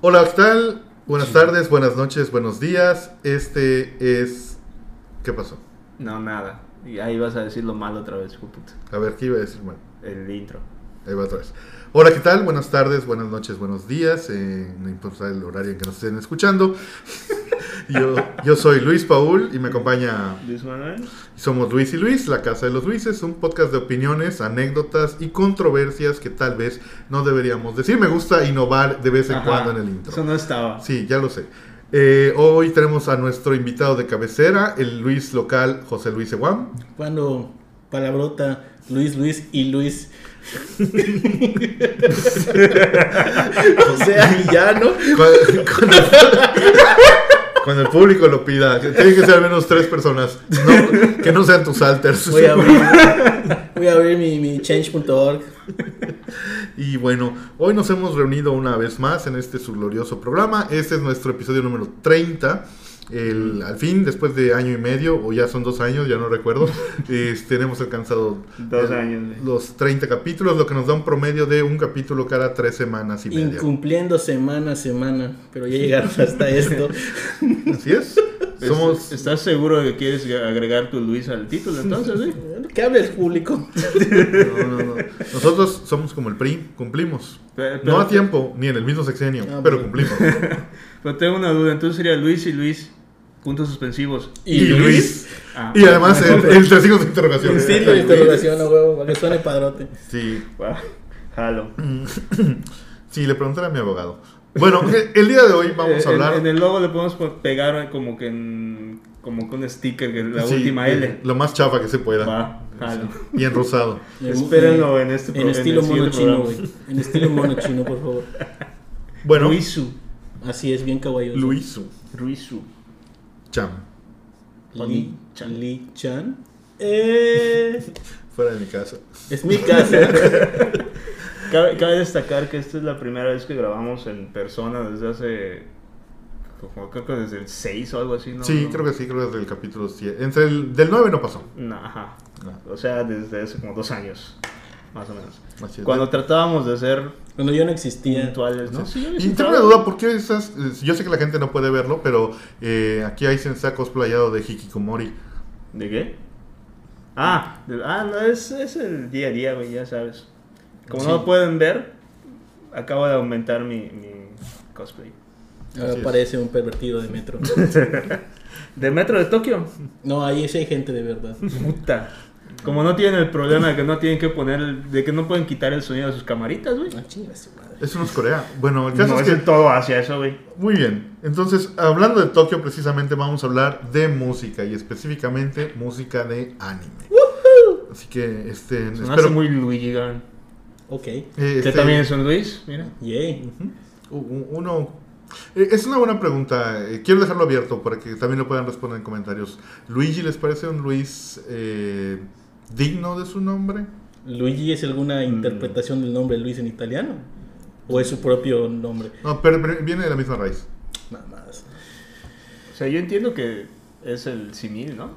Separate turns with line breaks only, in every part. Hola, ¿qué tal? Buenas tardes, buenas noches, buenos días. Este es. ¿Qué pasó?
No, nada. Y ahí vas a decir lo malo otra vez, hijo de puta.
A ver, ¿qué iba a decir, man?
El intro.
Ahí va otra vez. Hola, ¿qué tal? Buenas tardes, buenas noches, buenos días. eh, no importa el horario en que nos estén escuchando. yo, yo soy Luis Paul y me acompaña.
Luis Manuel.
Somos Luis y Luis, la Casa de los Luises, un podcast de opiniones, anécdotas y controversias que tal vez no deberíamos decir. Me gusta innovar de vez en
Ajá.
cuando en el intro.
Eso no estaba.
Sí, ya lo sé. Eh, hoy tenemos a nuestro invitado de cabecera, el Luis local José Luis Eguam.
Cuando palabrota Luis, Luis y Luis. o sea, y ya, ¿no?
Cuando, cuando- cuando el público lo pida, que tienen que ser al menos tres personas, no- que no sean tus alters.
Voy a abrir, voy a abrir mi, mi change.org.
Y bueno, hoy nos hemos reunido una vez más en este su glorioso programa. Este es nuestro episodio número 30. El, al fin, después de año y medio, o ya son dos años, ya no recuerdo, este, hemos alcanzado
Dos
eh,
años, güey.
los 30 capítulos, lo que nos da un promedio de un capítulo cada tres semanas y media.
Incumpliendo semana a semana, pero ya llegaron hasta esto.
Así es. Somos,
¿Estás seguro que quieres agregar tu Luis al título entonces, güey?
Que hable el público.
no, no, no. Nosotros somos como el PRI, cumplimos.
Pero,
No a
pero-
tiempo, ni en el mismo sexenio,
Ah,
pero
bueno.
cumplimos.
pero tengo una duda. Entonces sería Luis y Luis. Puntos suspensivos.
Y Luis.
Ah.
Y además, el, el tres signos de interrogación.
Un signo de interrogación, a huevo, para que suene padrote.
Sí,
Wow. Jalo.
Sí, le preguntaré a mi abogado. Bueno, el- el día de hoy vamos a
Eh, en-
hablar.
En, el logo le podemos po- pegar como que en, como que un sticker, que la
Sí,
última
eh,
L.
Lo más chafa que se pueda.
Va, jalo.
Y en rosado.
Espérenlo en este pro-
En estilo
el
mono
siguiente
chino,
programa.
güey. En estilo mono chino, por favor.
Bueno,
Luisu.
Así es, bien caballoso.
Luisu.
Ruisu.
Cham.
Li
Chan.
Chan. Li Chan. Eh,
Fuera de mi casa.
es mi casa.
Cabe, cabe destacar que esta es la primera vez que grabamos en persona desde hace. como creo que desde el 6 o algo así, ¿no?
sí, creo que sí, creo que desde el capítulo 7. Entre el del 9 no pasó. Ah,
No, ajá.
No,
O sea, desde hace como dos años, más o menos.
así es.
Cuando tratábamos de ser
Cuando yo no existía.
puntuales, ¿no?
Así
Sí,
es.
yo
y tengo
visitaba-
una duda, ¿por qué esas? eh, Yo sé que la gente no puede verlo, pero eh, aquí Aizen se ha cosplayado de Hikikomori.
¿De qué? Ah, de- ah no, es, es el día a día, güey, ya sabes. Como
Sí.
no lo pueden ver, acabo de aumentar mi, mi cosplay.
Ahora
Así es.
parece un pervertido de metro.
¿De Metro de Tokio?
No, ahí sí hay gente de verdad.
Puta. Como no tienen el problema de que no tienen que poner, el- de que no pueden quitar el sonido de sus camaritas, güey.
Ah, chinga su madre.
Eso no es Corea. Bueno, el caso
No
es
es
que
en todo hacia eso, güey.
Muy bien, entonces hablando de Tokio precisamente vamos a hablar de música y específicamente música de anime. Así que este,
Se me hace
espero
muy Luigi, güey.
Ok.
eh,
Que
este,
también es un Luis, mira.
Yay.
u- u- uno eh, es una buena pregunta. eh, Quiero dejarlo abierto para que también lo puedan responder en comentarios. Luigi, ¿les parece un Luis eh, digno de su nombre?
Luigi es alguna interpretación del nombre Luis en italiano. ¿O es su propio nombre?
No, pero, pero viene de la misma raíz.
Nada más.
O sea, yo entiendo que es el simil, ¿no?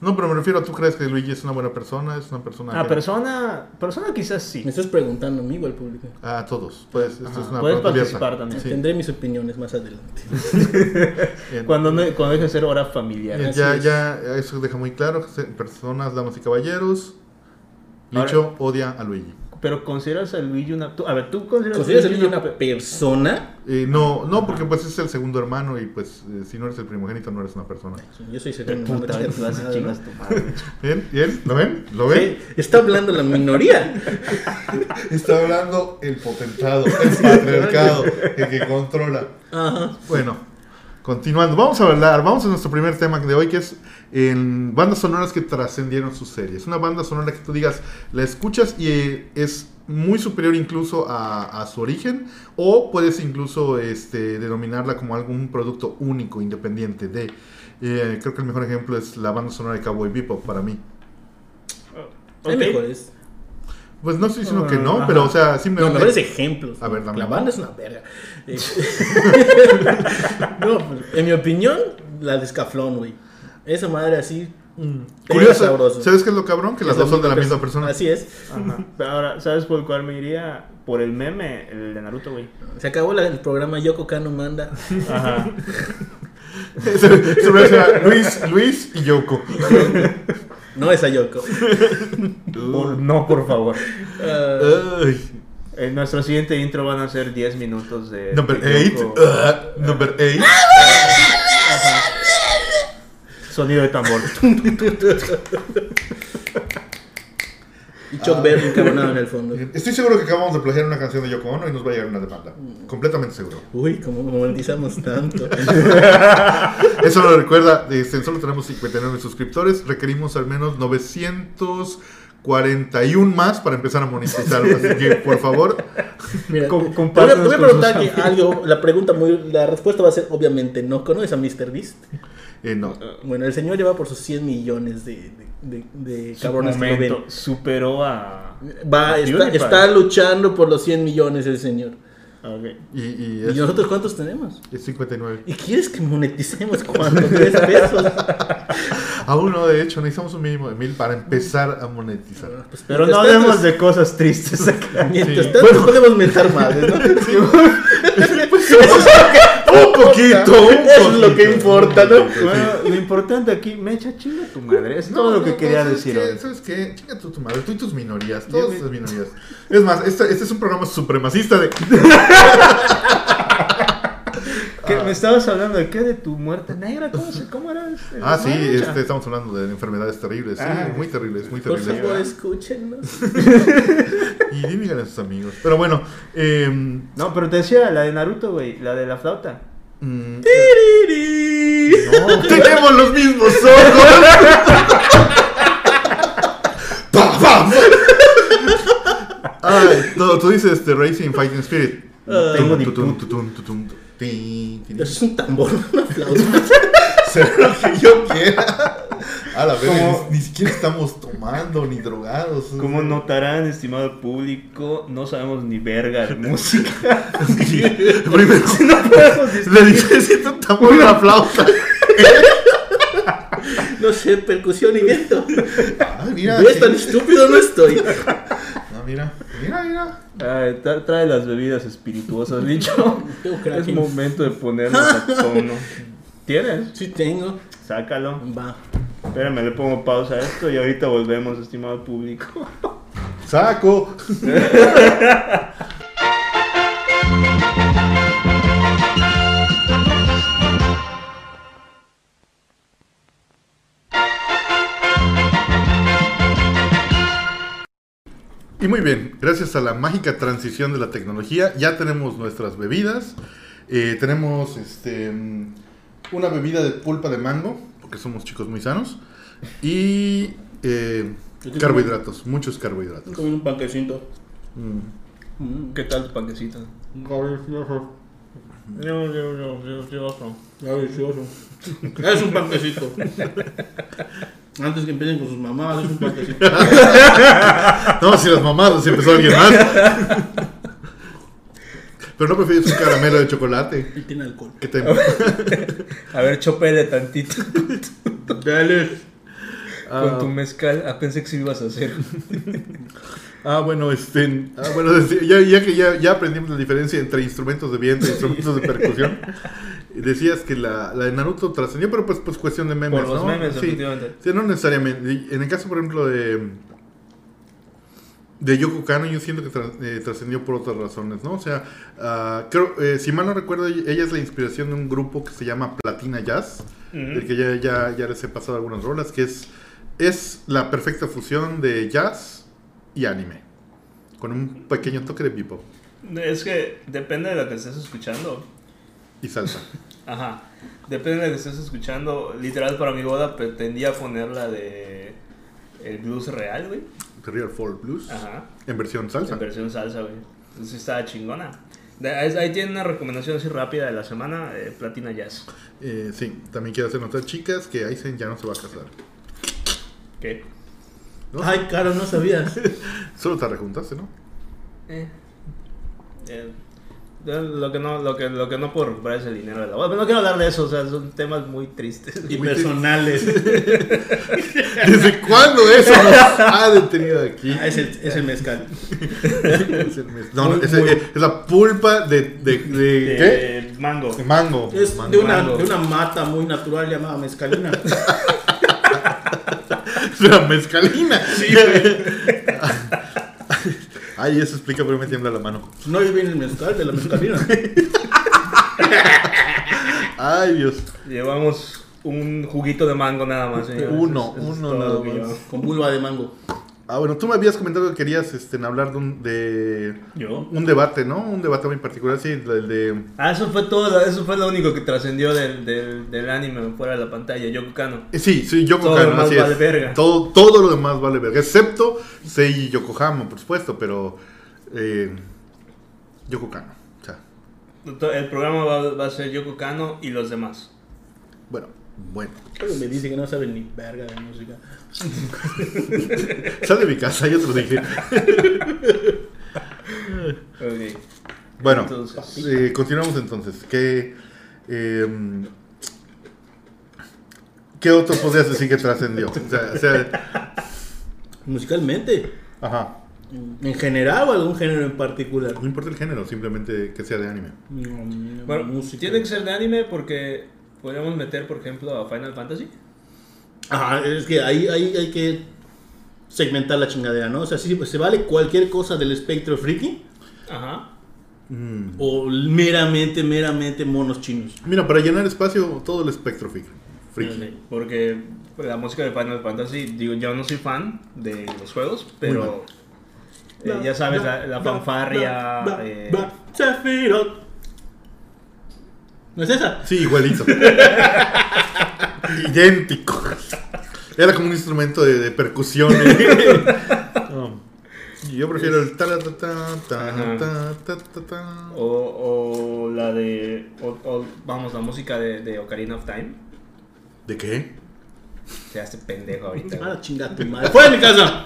No, pero me refiero a tú crees que Luigi es una buena persona, es una persona.
Ah,
que-
persona, persona quizás sí.
Me estás preguntando, amigo, al público.
A todos. Pues esto
Ajá.
es una
Puedes
pregunta abierta.
participar también.
Sí.
Tendré mis opiniones más adelante.
Bien.
Cuando, no, cuando deje de ser hora
Bien,
familiar.
Así
ya,
es.
ya, eso deja muy claro, que se- personas, damas y caballeros,
Ahora-
Licho odia a Luigi.
Pero consideras a Luigi una... tú- a ver, ¿tú consideras,
¿Consideras a Luigi
pe-
una persona?
Eh, no, no, porque pues es el segundo hermano y pues eh, si no eres el primogénito no eres una persona.
Yo soy
De
segundo.
puta,
no,
tú haces
¿no?
chingas tu madre.
¿Bien? ¿Bien? ¿Lo ven? ¿Lo
Sí,
ven?
Está hablando la minoría.
Está hablando el potentado, el patriarcado, el que controla.
Ajá.
Bueno, continuando, vamos a hablar, vamos a nuestro primer tema de hoy que es en bandas sonoras que trascendieron sus series. Una banda sonora que tú digas, la escuchas y eh, es muy superior incluso a, a su origen o puedes incluso este, denominarla como algún producto único, independiente de... eh, creo que el mejor ejemplo es la banda sonora de Cowboy Bebop para mí.
Hay
Ok.
mejores.
Pues no estoy diciendo que no,
Ajá.
pero o sea,
No,
simplemente...
mejores ejemplos.
A ver, dame
La
uno.
banda es una verga. Eh, no, pues, en mi opinión, la de Escaflón, güey. Esa madre así.
Mm.
Pero
Curioso,
sabroso.
¿sabes qué es lo cabrón? Que las dos son de la misma persona.
Así es.
Ajá. Pero ahora, ¿sabes por cuál me iría? Por el meme, el de Naruto, güey.
Se acabó la- el programa Yoko Kano manda.
Ajá.
Se- se me hace Luis, Luis y Yoko.
No es a Yoko.
Por- no, por favor.
Ah,
Ay.
En nuestro siguiente intro van a ser 10 minutos de.
Number
de
8.
Yoko.
Number 8.
Sonido de tambor.
y
Ah.
Chuck Berry encabronado en el fondo.
Estoy seguro que acabamos de plagiar una canción de Yoko Ono y nos va a llegar una demanda. Completamente seguro.
Uy, como romantizamos tanto.
Eso lo recuerda, este, solo tenemos 59 suscriptores, requerimos al menos 941 más para empezar a monetizar. Así que, por favor,
Mira,
Com-
te voy a,
compártenos
te voy a
con sus
preguntar que algo. La pregunta muy. La respuesta va a ser: obviamente, no conoces a Mr. Beast.
eh, no.
Bueno, el señor lleva por sus 100 millones de, de, de- de
Su
cabrones que lo ven.
momento superó a.
Va,
a
está,
PewDiePie.
está luchando por los 100 millones el señor.
Ok.
Y, y
¿Y
es,
nosotros cuántos tenemos?
es 59.
¿Y quieres que moneticemos cuánto? ¿Tres pesos?
Aún no, de hecho, necesitamos un mínimo de mil para empezar a monetizar.
Pues,
Pero
mientras
no
tanto-
hablemos de cosas tristes acá.
Mientras
Sí.
tanto podemos mentar madres, ¿no?
Un poquito, un
Eso es lo
poquito.
que importa, ¿no?
Bueno, lo importante aquí, Mecha, chinga tu madre. Es todo
No,
lo que
no,
quería
¿sabes
decir
qué?
hoy.
¿Sabes qué? Chinga tú tu madre, tú y tus minorías,
Yo
todas
me-
tus minorías. Es más, este, este es un programa supremacista de...
¿Qué? ¿Me estabas hablando de qué? ¿De tu muerte negra? ¿Cómo, se- cómo era? este?
Ah, sí,
Mecha.
este, estamos hablando de enfermedades terribles, sí,
Ah. pues,
muy terribles, muy
Por
terribles.
favor, escúchenos.
Y díganle a sus amigos. Pero bueno, eh, mm,
No, pero te decía la de Naruto, güey. La de la flauta.
mm, Oh. tenemos los mismos ojos. Pa, pa, pa. Ay, no, tú dices este, Racing Fighting Spirit.
Ah.
Tengo ni
Tutum,
puta.
tutum, tutum, tutum. Tin, tin.
Eso es un tambor, una flauta.
Será lo que yo quiera. A la vez,
Como-
ni, ni siquiera estamos tomando ni drogados.
Como notarán, estimado público, no sabemos ni verga de música.
Sí. Primero,
podemos
le dije: Si tú tambor y una flauta.
No sé, percusión y viento.
Ah, mira.
¿Ves? Tan
sí.
estúpido no estoy.
Ah, mira, mira, mira.
Ay, tra- trae las bebidas espirituosas, dicho.
Tengo
Es
Kraken.
momento de ponernos a tono. ¿Tienes?
Sí tengo.
Sácalo.
Va.
Espérame, le pongo pausa a esto y ahorita volvemos, estimado público.
Saco. Y muy bien, gracias a la mágica transición de la tecnología, ya tenemos nuestras bebidas. Eh, tenemos este, mm, una bebida de pulpa de mango, porque somos chicos muy sanos. Y eh,
Yo tengo-
carbohidratos, muchos carbohidratos.
Comí un panquecito.
Mm.
Mm.
¿Qué tal tu panquecito?
Está delicioso. Es un panquecito. Antes que empiecen con sus mamás, es un panquecito.
No, si las mamadas, si empezó alguien más. Pero no prefieres un caramelo de chocolate.
Y tiene alcohol.
Que te...
A ver, chopele tantito
Dale.
con tu mezcal. Ah, pensé que sí ibas a hacer.
Ah, bueno, este, ah, bueno, desde- ya, ya que ya, ya aprendimos la diferencia entre instrumentos de viento e instrumentos de percusión. Decías que la, la de Naruto trascendió, pero pues, pues cuestión de memes,
Por los
¿no?
memes,
sí,
efectivamente.
Sí, no necesariamente. En el caso, por ejemplo, de de Yoko Kano, yo siento que tra- eh, trascendió por otras razones, ¿no? O sea, ah, creo, eh, si mal no recuerdo, ella es la inspiración de un grupo que se llama Platina Jazz,
Mm.
del que ya, ya, ya les he pasado algunas rolas, que es, es la perfecta fusión de jazz y anime, con un pequeño toque de bebop
Es que depende de la que estés escuchando.
y salsa.
Ajá. Depende de la que estés escuchando. Literal, para mi boda pretendía poner la de. El blues real, güey.
The Real Fall Blues,
Ajá.
en versión salsa.
En versión salsa, güey. Entonces estaba chingona. De- ahí- Ahí tiene una recomendación así rápida de la semana: eh, Platina Jazz.
Eh, sí, también quiero hacer notar, chicas, que Aizen ya no se va a casar.
¿Qué?
¿no?
Ay, caro, no sabías.
Solo te rejuntaste, ¿no?
Eh. Eh, Yo Lo que, no, lo, que, lo que no puedo recuperar es el dinero de la boda. Pero no quiero hablar de eso, o sea, son temas muy tristes.
Y personales.
¿Desde cuándo eso nos ha detenido aquí?
Ah, es, el, es el mezcal.
Es el mes- No, no, es, el- es la pulpa de, de, de- ¿qué?
Eh, mango.
De mango.
Es
mango.
de una,
Mango.
de una mata muy natural llamada mezcalina.
Es una mezcalina. Ay, eso explica por qué me tiembla la mano.
No yo viene el mezcal de la mezcalina.
Ay, Dios.
Llevamos un juguito de mango nada más, señores.
Uno,
Eso es
uno
todo
nada
lo que
más.
llevamos.
Con vulva de mango.
Ah, bueno, tú me habías comentado que querías este, hablar de un, de
Yo.
un debate, ¿no? Un debate muy particular, sí, el de...
Ah, eso fue todo, eso fue lo único que trascendió del, del, del anime fuera de la pantalla, Yoko Kano.
Eh, Sí, sí, Yoko
Todo lo
Kano,
demás
así es.
vale verga.
Todo, todo lo demás vale verga, excepto Sei Yokohama, por supuesto, pero eh, Yoko Kano. O sea,
To- El programa va, va a ser Yoko Kano y los demás.
bueno, bueno.
Pero me dice que no saben ni verga de música.
Sal de mi casa, yo te lo dije.
Ok.
Bueno,
Entonces.
eh, continuamos entonces. ¿Qué, eh, ¿Qué otro podrías decir que trascendió? O sea, o sea,
Musicalmente.
ajá.
En general o algún género en particular.
No importa el género, simplemente que sea de anime.
Mm,
Bueno,
música.
tiene que ser de anime porque podríamos meter, por ejemplo, a Final Fantasy.
Ajá, es que ahí, ahí hay que segmentar la chingadera, ¿no? O sea, sí, pues, se vale cualquier cosa del espectro friki
Ajá.
Mm.
o meramente, meramente monos chinos.
Mira, para llenar espacio, todo el espectro friki. friki.
Ok.
Porque la música de Final Fantasy, digo, yo no soy fan de los juegos,
Muy
pero eh, ya sabes, la, la fanfarria.
Ba, ba,
eh,
ba, Sephiroth. ¿No es esa?
Sí, igualito. Idéntico. Era como un instrumento de, de percusión. No. Yo prefiero el ta ta ta ta
Ajá.
ta ta ta ta.
o, o la de. o- o, vamos, la música de, de Ocarina of Time.
¿De qué?
Se hace pendejo ahorita. güey.
Ah, chinga tu madre. ¡Fuera de mi casa!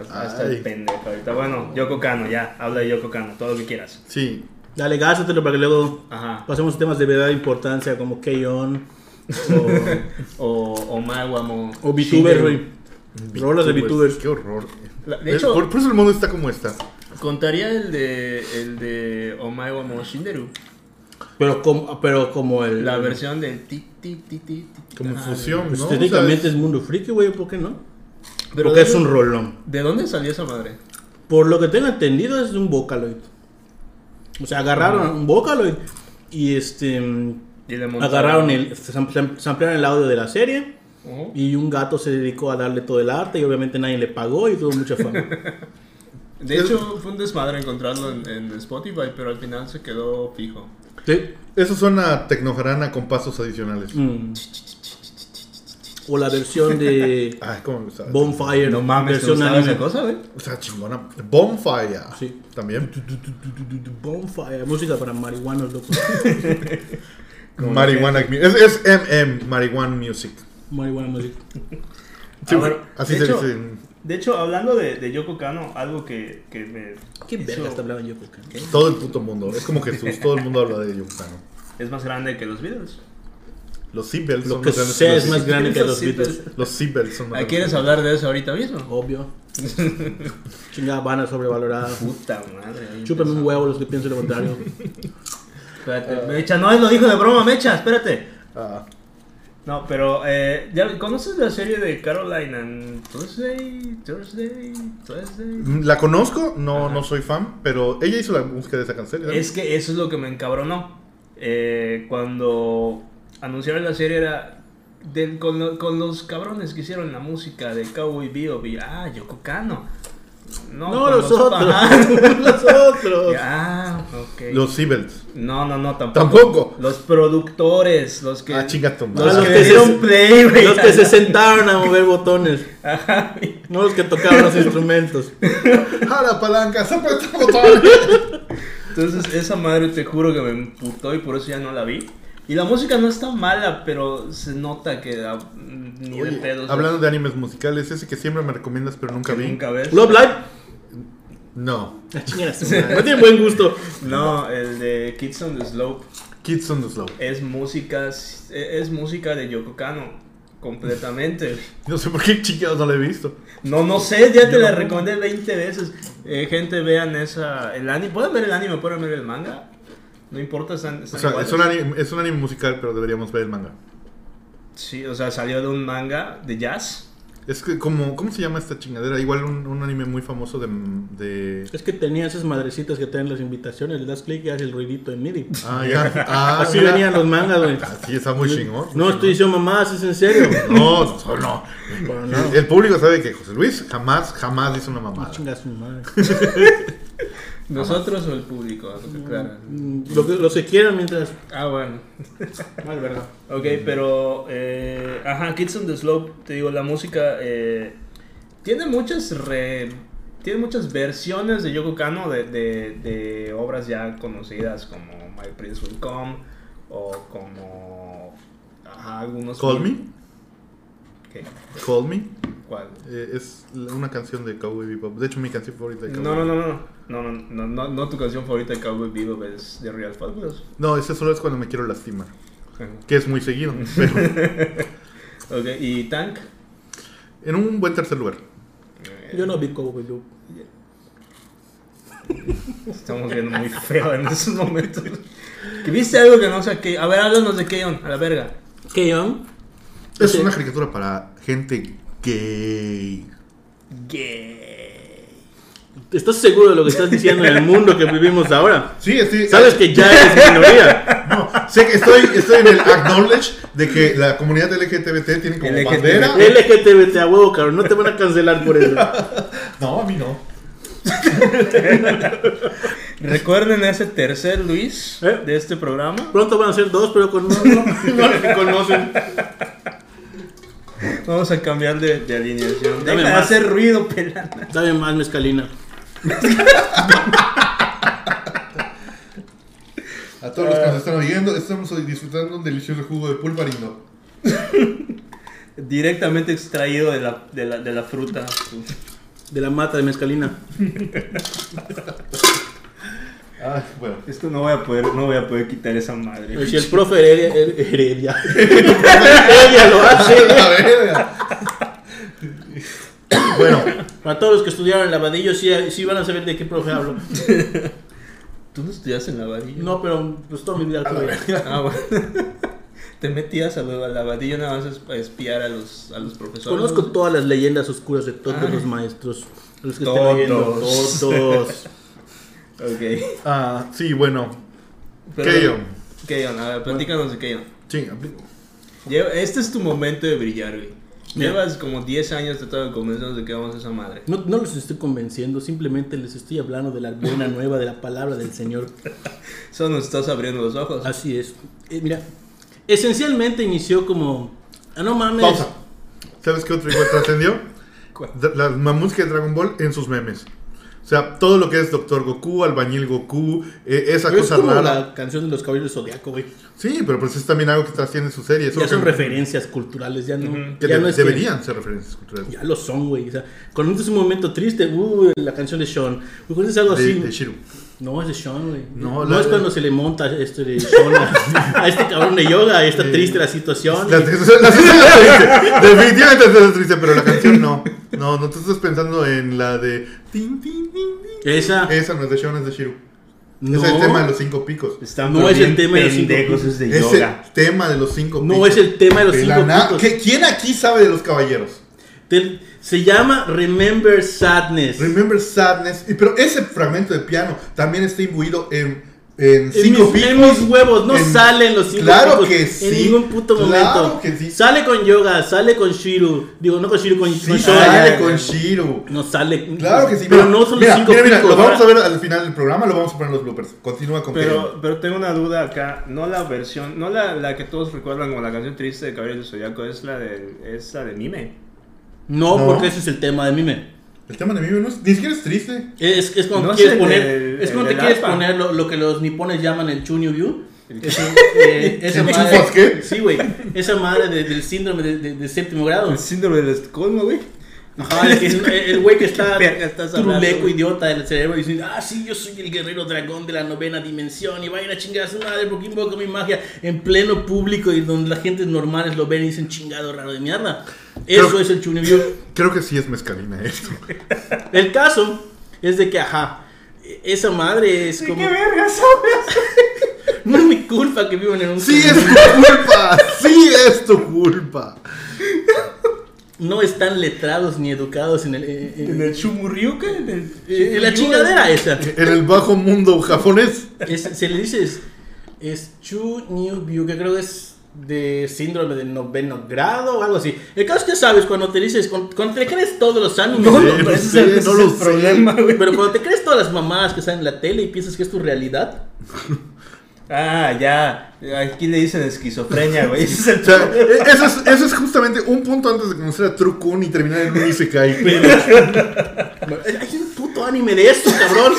Hasta, hasta
Ay.
el pendejo ahorita. Bueno, Yoko Kano, ya. Habla de Yoko Kano, todo lo que quieras.
Sí.
Dale, gástatelo para que luego
Ajá.
pasemos a temas de verdadera importancia como K-On
O, o Mawamo.
o, o VTuber, güey. Rolas de
VTubers,
VTubers.
Qué horror.
La- de
Es-
hecho-
por, por eso el mundo está como está.
Contaría el de el de Omaewamo Shinderu.
Pero como, pero como el.
La versión del ti ti ti ti. ti.
Como
Ah,
fusión, ¿no?
Pues Estéticamente
O sea,
es mundo friki, güey, ¿por qué no?
Pero
Porque
de-
es un rolón.
¿De dónde salió esa madre?
Por lo que tengo entendido, es de un Vocaloid. O sea, agarraron un Vocaloid y este. mm,
Y le montaron-
Agarraron el. este, sam- sam- Samplearon el audio de la serie.
Ujú.
Y un gato se dedicó a darle todo el arte y obviamente nadie le pagó y tuvo mucha fama.
De hecho, fue un desmadre encontrarlo en, en Spotify, pero al final se quedó fijo.
¿Sí?
Eso suena tecnojarana con pasos adicionales.
Mm. O la versión de
Ay, cómo me gustaba.
Bonfire.
¿te
versión
gustaba
anime.
esa cosa, güey?
o sea, chingona. Bonfire.
Sí.
También.
Bonfire, música para marihuanos, loco.
Marihuana. mu- Es, es MM, Marihuana Music.
Marihuana música.
Sí,
A ver,
así
de
se
hecho-
dice.
De hecho, hablando de, de Yoko Kano, algo que, que me.
¿Qué
hizo-
verga está hablando yo, Coca?
Todo el puto mundo. Es como Jesús. Todo el mundo habla de Yoko Kano.
Es más grande que los Beatles.
Los Seabells
Lo
son
que
los grandes
sea es
los-
más grande que
Eso
los
sí,
Beatles.
Los Seabells son más
¿Ah, ¿Quieres
grandes.
hablar de eso ahorita mismo?
Obvio. Chingada vana sobrevalorada.
Puta madre. ahí
Chúpame un
empezó.
huevo los que piensen lo contrario.
Espérate, Mecha, no, él lo dijo de broma, Mecha, espérate.
Ah,
No, pero eh, ¿ya conoces la serie de Caroline and Thursday, Thursday, Thursday?
la conozco, no,
Ajá.
no soy fan, pero ella hizo la búsqueda de esa canción. ¿verdad?
Es que eso es lo que me encabronó. Eh, cuando anunciaron la serie era del- con, lo- con los cabrones que hicieron la música de Cowboy B.O.B. Ah, Yoko Kano. No,
No,
con
los otros.
ajá.
Los otros.
Ah, ok.
Los Seabells.
No, no, no, tampoco.
Tampoco.
Los productores, los que...
Ah, chinga tu
Los
madre.
Ah,
que
los que
le
se-
dieron play, güey.
Los que se sentaron a mover botones. No los que tocaban los instrumentos.
¡Ah, la palanca! ¡Se apretó el botón!
Entonces, esa madre te juro que me emputó y por eso ya no la vi. Y la música no está mala, pero se nota que ah, ni de
Oye,
pedo. o sea,
hablando de animes musicales, ese que siempre me recomiendas pero nunca
que
vi.
nunca ves.
Love Live.
No.
La chingada su madre. No tiene buen gusto.
No, el de Kids on the Slope
Kids on the Slope.
Es música, es es música de Yoko Kano, completamente.
No sé por qué chingados no lo he visto.
No, no sé, ya te la recomendé 20 veces. Eh, gente, vean esa, el anime, pueden ver el anime, pueden ver el manga. No importa, están,
O
están
sea,
iguales.
es un, anime, es un anime musical, pero deberíamos ver el manga.
Sí, o sea, salió de un manga de jazz.
Es que como, ¿cómo se llama esta chingadera? Igual un, un anime muy famoso de... de...
Es que tenía esas madrecitas que traen las invitaciones, le das clic y haces el ruidito en MIDI.
Ah, ya. Ah,
Así
mira.
venían los mangas, güey.
Sí, está muy chingón.
No estoy diciendo mamás, es en serio.
No, no, no, no.
Pero no.
El público sabe que José Luis jamás, jamás dice una
Ah,
mamada.
chinga su madre.
¿Nosotros o el público? Claro.
Mm, Lo que, los que quieran mientras.
Ah, bueno.
Mal, verdad.
Ok, pero. eh, ajá, Kids on the Slope, te digo, la música. eh, tiene muchas re- Tiene muchas versiones de Yoko Kano de, de- de obras ya conocidas como My Prince Will Come o como. Ajá, algunos.
Call Me.
¿Qué?
Call Me.
¿Cuál?
eh, es la- una canción de Cowboy Bebop. De hecho, mi canción favorita de
No,
Cowboy
no, no, no. No, no, no, no, no tu canción favorita de Cowboy Bebop es The Real Fabulous.
No, ese solo es cuando me quiero lastimar. Que es muy seguido. Pero
Ok, y Tank.
en un buen tercer lugar.
Yo no vi Cowboy Bebop.
Estamos viendo muy feo en esos momentos. ¿Que viste algo que no saqué? A ver, háblanos de Keyon, a la verga.
Keon.
Es
Sí.
una caricatura para gente gay.
Gay.
¿Estás seguro de lo que estás diciendo en el mundo que vivimos ahora?
Sí, estoy,
Sabes que ya eres minoría.
No, sé que estoy, estoy en el acknowledge de que la comunidad LGTBT tiene como
LGTBT.
bandera.
LGTBT a huevo, cabrón. No te van a cancelar por eso.
No, a mí no.
Recuerden ese tercer Luis
¿Eh?
de este programa.
Pronto van a ser dos, pero con no, no, no lo reconocen.
Vamos a cambiar de, de alineación.
Dame
Deja de
más.
hacer ruido, pelada.
Dame más mezcalina.
A todos los que nos están oyendo, estamos hoy disfrutando un delicioso jugo de pulvarindo.
Directamente extraído de la, de la, de la fruta.
De la mata de mezcalina.
Ah, bueno.
Esto no voy a poder, no voy a poder quitar esa madre.
Si el profe Heredia, Her- Heredia. Heredia lo hace.
La verga. bueno,
Para todos los que estudiaron en Lavadillo, sí, sí van a saber de qué profe hablo.
¿Tú no estudias en la varilla?
No, pero pues toda mi vida tuve.
Ah, bueno. Te metías a la lavadilla nada más a espiar a los, a los profesores.
Conozco todas las leyendas oscuras de todos
Ay.
los maestros. Los que
Todos.
están oyendo. Todos.
Ok.
ah, sí, bueno.
Pero-
Keyon.
Keyon, a ver, platícanos de Keyon.
Sí, apli-
Lleva- Este es tu momento de brillar, güey.
Bien.
Llevas como 10 años tratando de convencernos de que vamos a esa madre.
No, no los estoy convenciendo, simplemente les estoy hablando de la buena nueva, de la palabra del Señor.
Solo nos estás abriendo los ojos.
Así es. Eh, mira, esencialmente inició como. Ah, no mames.
pausa. ¿Sabes qué otro igual trascendió? Dra- La, la música de Dragon Ball en sus memes. O sea, todo lo que es Doctor Goku, Albañil Goku, eh, esa
Es
cosa
como
rara.
la canción de los caballeros zodiaco, güey.
Sí, pero pues es también algo que trasciende su serie. es
Ya
algo
son
que-
referencias culturales, ya no,
Ujú.
que
ya
de-
no es que-
deberían ser referencias culturales.
ya lo son, güey. O sea, cuando es un momento triste, uh, la canción de Sean. Uy, cuando es algo
De,
así.
de Shiru.
No, es de Sean, güey.
No,
No,
la-
es cuando se le monta este de Sean a, a este cabrón de yoga. y Está triste la situación.
La, la- la- la- la- Definitivamente es triste, pero la canción no. No, no, tú estás pensando en la de. Tin, tin, tin, tin.
Esa.
Esa no es de Shawn, es de Shiru.
no,
Es el tema de los cinco picos.
Están
No
pero
es
bien
el tema de los cinco
pendejos,
puntos.
es de
es
yoga.
el tema de los cinco
no
picos.
es el tema de los
De la
cinco
na-
puntos.
¿Qué- ¿Quién aquí sabe de los caballeros?
Te- se llama Remember Sadness.
Remember Sadness. Y, pero ese fragmento de piano también está imbuido en, en
en
cinco
mis,
picos.
en mis huevos, no
en-
salen los cinco
Claro
picos
que sí,
En ningún puto
claro
momento.
que sí.
Sale con yoga, sale con Shiru. Digo, no con Shiru, con,
Sí,
con Shoga,
sale
ya.
con Shiru.
No sale.
Claro que sí,
Pero
mira,
no son
mira,
los cinco
mira, mira,
picos.
Lo vamos a
ahora-
ver al final del programa, lo vamos a poner en los bloopers. Continúa con Keyon.
Pero, pero tengo una duda acá. No la versión, no la, la que todos recuerdan como la canción triste de Caballeros del Zodiaco, es la de, es la de Mime.
No,
No.
porque ese es el tema de Mime.
El tema de mí no es, ni siquiera es triste.
Es, es cuando
No
quieres
es el
poner,
del-
es
el
cuando te
del
quieres
alfa.
poner lo, lo que los nipones llaman el Chunyu View. Eso, esa
¿El
madre,
chupas qué?
Sí, güey. Esa madre de- del síndrome de, de- de séptimo grado.
El síndrome del Estocolmo, güey.
Ajá, el que- eh, el güey que está
¿Qué verga estás hablando,
truleco
güey?
idiota del cerebro y dice, ah, sí, yo soy el guerrero dragón de la novena dimensión y vayan a chingar a su madre porque invoco mi magia en pleno público y donde la gente normales lo ven y dicen chingado raro de mierda. Eso
Pero-
es el Chunibyo.
Creo que sí es mezcalina eh. esto.
El caso es de que, ajá, esa madre es como...
verga sabes?
No es mi culpa que vivan en un...
¡Sí es tu culpa! ¡Sí es tu culpa!
No están letrados ni educados en el... en- en-
¿En el Chumurriuca? Eh, ¿En el-
en la chingadera esa.
En el bajo mundo japonés.
Es- se le dice es, es Chu New View, que creo que es de síndrome del noveno grado o algo así. El caso es que sabes cuando te dices, cuando, cuando te crees todos los animes,
No,
güey,
no,
Pero ese es
sé,
el, ese
no
es
lo
el
sé.
problema, güey.
pero cuando te crees todas las mamadas que están en la tele y piensas que es tu realidad,
Ah, ya. Aquí le dicen esquizofrenia, güey. Ese es el
O sea,
problema.
e- eso es, eso es justamente un punto antes de conocer a True Kun y terminar en un Isekai.
hay un puto anime de esto, cabrón.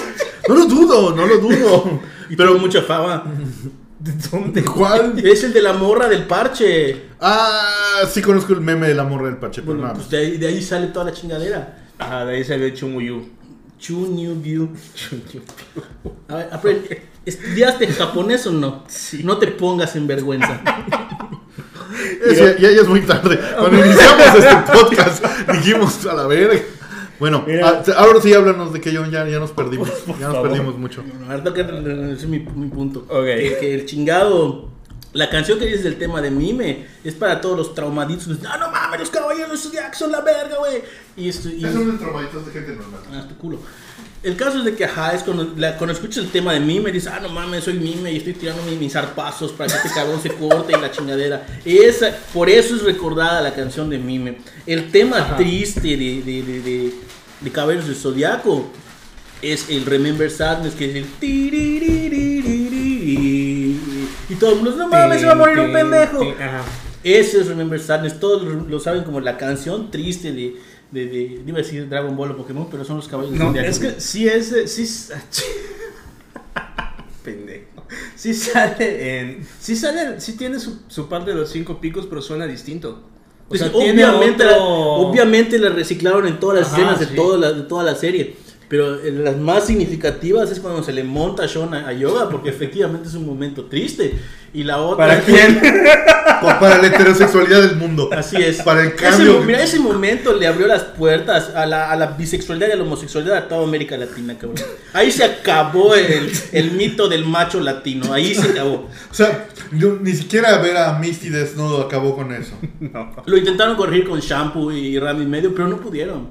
No lo dudo, no lo dudo.
pero mucha fama.
¿De dónde?
¿Cuál?
Es el de la morra del parche.
Ah, sí conozco el meme de la morra del parche, pero
Bueno,
nada.
pues de ahí, de ahí sale toda la chingadera.
Ah, de ahí salió el Chumuyu.
Chu New View. A ver, aprende. ¿Estudiaste japonés o no? No te pongas en vergüenza.
Es- ya, ya- ya es muy tarde. Cuando iniciamos este podcast, dijimos a la verga. Bueno,
Mira.
a- ahora sí háblanos de que yo ya, ya nos perdimos. ya nos
favor.
perdimos mucho.
Bueno, ahorita que ese es mi, mi punto.
Ok.
Que, que el chingado. La canción que dices del tema de Mime es para todos los traumaditos. No, no mames, los caballeros de Zodiac son la verga, güey. Y esto. Y,
de traumaditos de gente normal.
Ah, tu culo. El caso es de que, ajá, es cuando, la- cuando escuchas el tema de Mime, dices, ah, no mames, soy Mime y estoy tirando mi- mis zarpazos para que este cabrón se corte y la chingadera. Esa, por eso es recordada la canción de Mime. El tema triste de, de, de, de, de Caballeros del Zodiaco es el Remember Sadness, que es el. tiriririririri. Y todo el mundo, no mames, se va a morir un pendejo.
Ajá.
Ese es Remember Sadness. Todos lo- lo saben como la canción triste de. de, de- iba a decir Dragon Ball o Pokémon, pero son los caballos
No,
zodiacos.
es que sí es. de- Sí. es- ah, Pendejo. Sí sale en. Sí sale. Sí tiene su, su parte de los cinco picos, pero suena distinto. O sea,
Pues,
tiene
obviamente, la,
otro-
obviamente la reciclaron en todas las
Ajá,
escenas
sí.
de, toda la, de toda la serie. Pero eh, las más significativas es cuando se le monta a Sean a, a Yoga, porque efectivamente es un momento triste. Y la otra.
¿Para quién?
Para la heterosexualidad del mundo.
Así es.
Para el
Ese,
cambio.
mo- mira, ese momento le abrió las puertas a la, a la bisexualidad y a la homosexualidad a toda América Latina, cabrón. Ahí se acabó el, el mito del macho latino. Ahí se acabó.
O sea, yo ni siquiera ver a Misty desnudo acabó con eso.
Lo intentaron corregir con shampoo y Rami medio, pero no pudieron.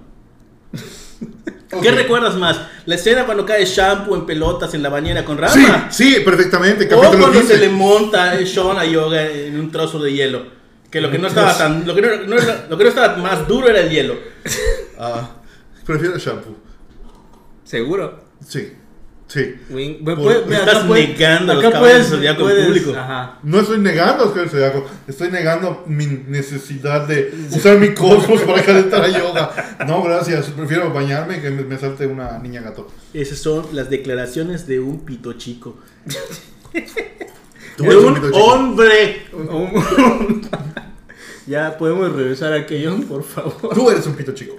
Ok.
¿Qué recuerdas más? ¿La escena cuando cae shampoo en pelotas en la bañera con
Sí,
Rama?
sí, perfectamente.
o
Capítulo
cuando se
15.
le monta eh, Sean a Yoga en un trozo de hielo. Que lo que no estaba tan. Lo que no, no era- lo que no estaba más duro era el hielo.
Ah, prefiero shampoo.
Seguro.
Sí, sí.
Wing- Pues,
Por-
puede- mira,
estás
acá puede-
negando los
acá
caballos
puedes-
del zodiaco
puedes-
público.
Ajá.
No estoy negando los Caballeros del Zodiaco, estoy negando mi necesidad de usar mi cosmos para calentar a yoga. No, gracias, prefiero bañarme que me, me salte una niña gato.
Esas son las declaraciones de un pito chico.
Tú
de
eres
un,
un pito chico.
hombre.
ya podemos regresar a aquello, por favor.
Tú eres un pito chico,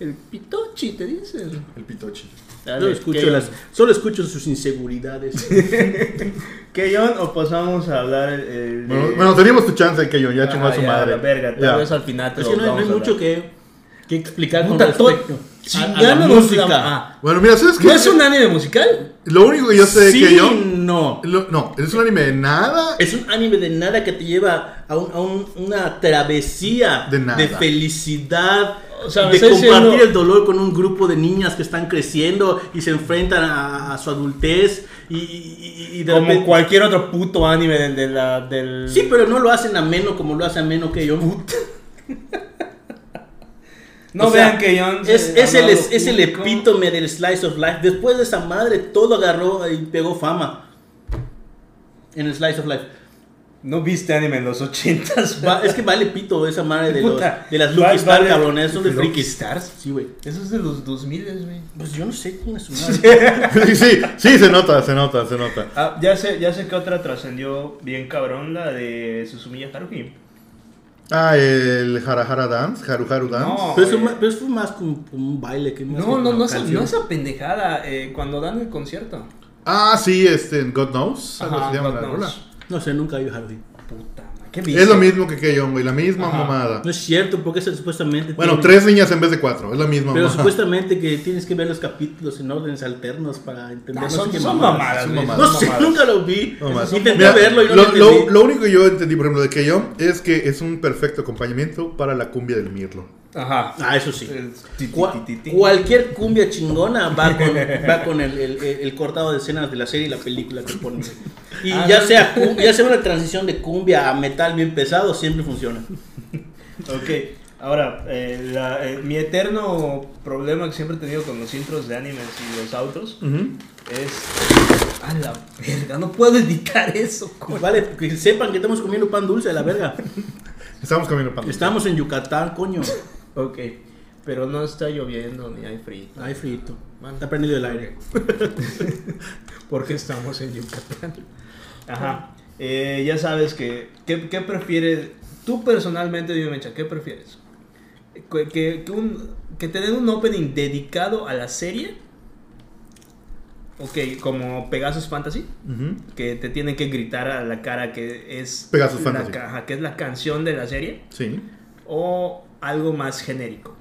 El pitochi te dicen.
el pito chico.
Solo escucho, las- solo escucho sus inseguridades.
Keyon o pasamos a hablar el, el de-
Bueno, bueno, teníamos tu chance de que yo
Ah,
ya
Ajá,
chingó a su madre.
La verga, tal
Ya.
vez al final te
es
lo
que no hay, no hay
vamos a
mucho
hablar.
que, que explicar con
Puta, todo-
respecto a, a la
Chingándonos
música.
la- ah.
Bueno, mira, ¿sabes qué?
¿No es un anime musical?
Lo único que yo sé de
sí,
que yo...
no.
lo- no, es un anime de nada.
Es un anime de nada que te lleva a, un- a un- una travesía
De nada.
felicidad.
O sea, me
de
estás
compartir
diciendo-
el dolor con un grupo de niñas que están creciendo y se enfrentan a, a su adultez y, y- y de
Como
repente-
cualquier otro puto anime del, de la, del...
Sí, pero no lo hacen ameno como lo hace ameno que yo.
no
O sea,
vean Keyon.
Es, es el, es, es el epítome del slice of life. Después de esa madre, todo agarró y pegó fama. En el slice of life.
No viste anime en los ochentas.
Va- es que vale pito esa madre de, los-
Puta.
de las
Va-
Lucky Star,
vale-
cabrón. Son de
Lucky
frikis.
Stars.
Sí, güey.
Eso es de los 2000, güey.
Pues yo no sé quién es su madre.
sí, sí, sí, se nota, se nota, se nota.
Ah, ya sé, ya sé que otra trascendió bien cabrón, la de Susumiya Haruhi.
Ah, el Harahara Dance, Haru Haru Dance.
No.
Pero eso,
Oye.
ma- pero eso fue más como, como un baile que más
No,
que
no,
una
no, esa,
canción.
no esa pendejada. eh, cuando dan el concierto.
Ah, sí, este, en God Knows. algo
Ajá,
se llama
God
la
knows.
rola.
No sé, nunca vi Harvey.
Puta madre, ¿qué
Es lo
vicio.
mismo que Keyon, güey, la misma mamada.
No es cierto, porque eso supuestamente.
Bueno,
tiene-
tres niñas en vez de cuatro, es la misma
Pero
mamada.
supuestamente que tienes que ver los capítulos en órdenes alternos para entender.
Ah,
no
son,
sé qué
son
mamadas.
mamadas,
son
güey,
mamadas.
No
son
sé,
mamadas.
nunca lo vi.
No más.
Intenté
Mira,
verlo y no lo,
lo, lo-
entendí.
lo único que yo entendí, por ejemplo, de Keyon es que es un perfecto acompañamiento para la cumbia del Mirlo.
Ajá.
Ah, eso sí.
El- ti, ti,
Cua-
ti, ti, ti.
cualquier cumbia chingona va con, va con el, el- el- el cortado de escenas de la serie y la película que ponen. Y
Ah,
ya,
sí.
sea, cum- ya sea una transición de cumbia a metal bien pesado, siempre funciona.
Ok, ahora, eh, la- eh, mi eterno problema que siempre he tenido con los intros de animes y los autos es. A la verga, no puedo editar eso, coño.
Vale, que sepan que estamos comiendo pan dulce a la verga.
Estamos caminando para
Estamos en Yucatán, coño.
Ok, pero no está lloviendo ni hay frío.
Ay, frito. Está prendido el aire.
Porque estamos en Yucatán. Ajá. Eh, ya sabes que. ¿Qué, qué prefieres? Tú personalmente, dime, Mecha, ¿qué prefieres? Que, que, que un, que te den un opening dedicado a la serie. Ok, como Pegasus Fantasy. Que te tienen que gritar a la cara que es.
Pegasus
la
Fantasy.
ca- ajá, que es la canción de la serie.
Sí.
O algo más genérico.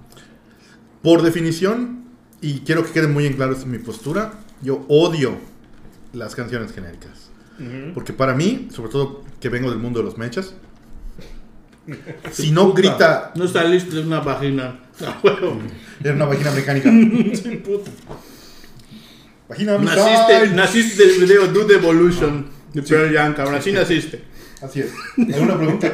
Por definición, y quiero que quede muy en claro esta es mi postura, yo odio las canciones genéricas. Porque para mí, sobre todo que vengo del mundo de los mechas, si no grita
No está listo de una vagina. A huevo.
era una vagina mecánica. Vagina
Naciste,
mecánica.
naciste del video Dude Evolution de Pearl Jam, cabrón. Así naciste.
Así es. ¿Alguna pregunta?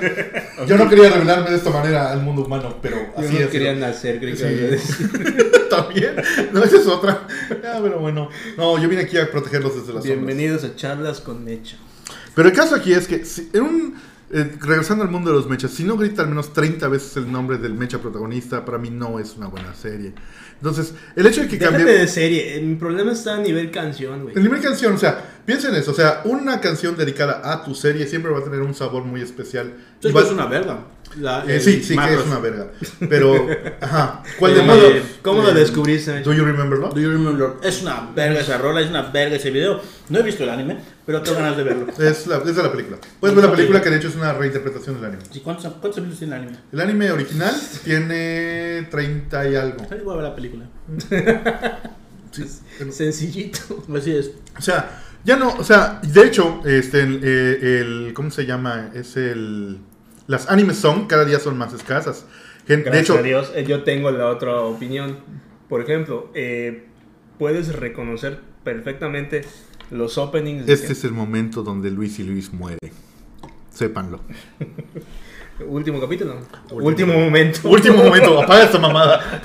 Yo no quería revelarme de esta manera al mundo humano, pero así es.
nacer,
Sí. También. No, esa es otra. Ah, pero bueno. No, yo vine aquí a protegerlos desde las sombras.
Bienvenidos a charlas con Mecha.
Pero el caso aquí es que, si- en un- eh, regresando al mundo de los mechas, si no grita al menos 30 veces el nombre del mecha protagonista, para mí no es una buena serie. Entonces, el hecho de que
Déjate
cambie...
de serie, eh, mi problema está a nivel canción, güey.
La primera canción, o sea, piensa en eso, o sea, una canción dedicada a tu serie siempre va a tener un sabor muy especial. Y
Entonces,
va-
pues, es una verga. La-
Eh,
el
sí, sí, que es
Macros.
una verga. Pero, ajá, ¿cuál de
Eh,
modo?
¿Cómo lo descubriste? Mecha?
¿Do you remember love?
Do you remember? Es una verga esa rola, es una verga ese video. No he visto el anime, pero tengo ganas de verlo.
Es, la, es de la película. Puedes ver la película que de hecho es una reinterpretación del anime.
¿Y ¿Cuántos, cuántos episodios tiene el anime?
El anime original tiene 30 y algo.
Ahí voy a ver la película.
Sencillito.
Así es.
O sea, ya no, o sea, de hecho, este, el, eh, el- ¿cómo se llama? Es el, las anime son cada día son más escasas. Gen- de
Gracias
hecho,
a Dios, eh, yo tengo la otra opinión. Por ejemplo, eh, puedes reconocer perfectamente los openings. de
este es el momento donde Luis y Luis muere. Sépanlo.
que- Último capítulo. Último,
Último.
momento.
Último momento, apaga esta mamada.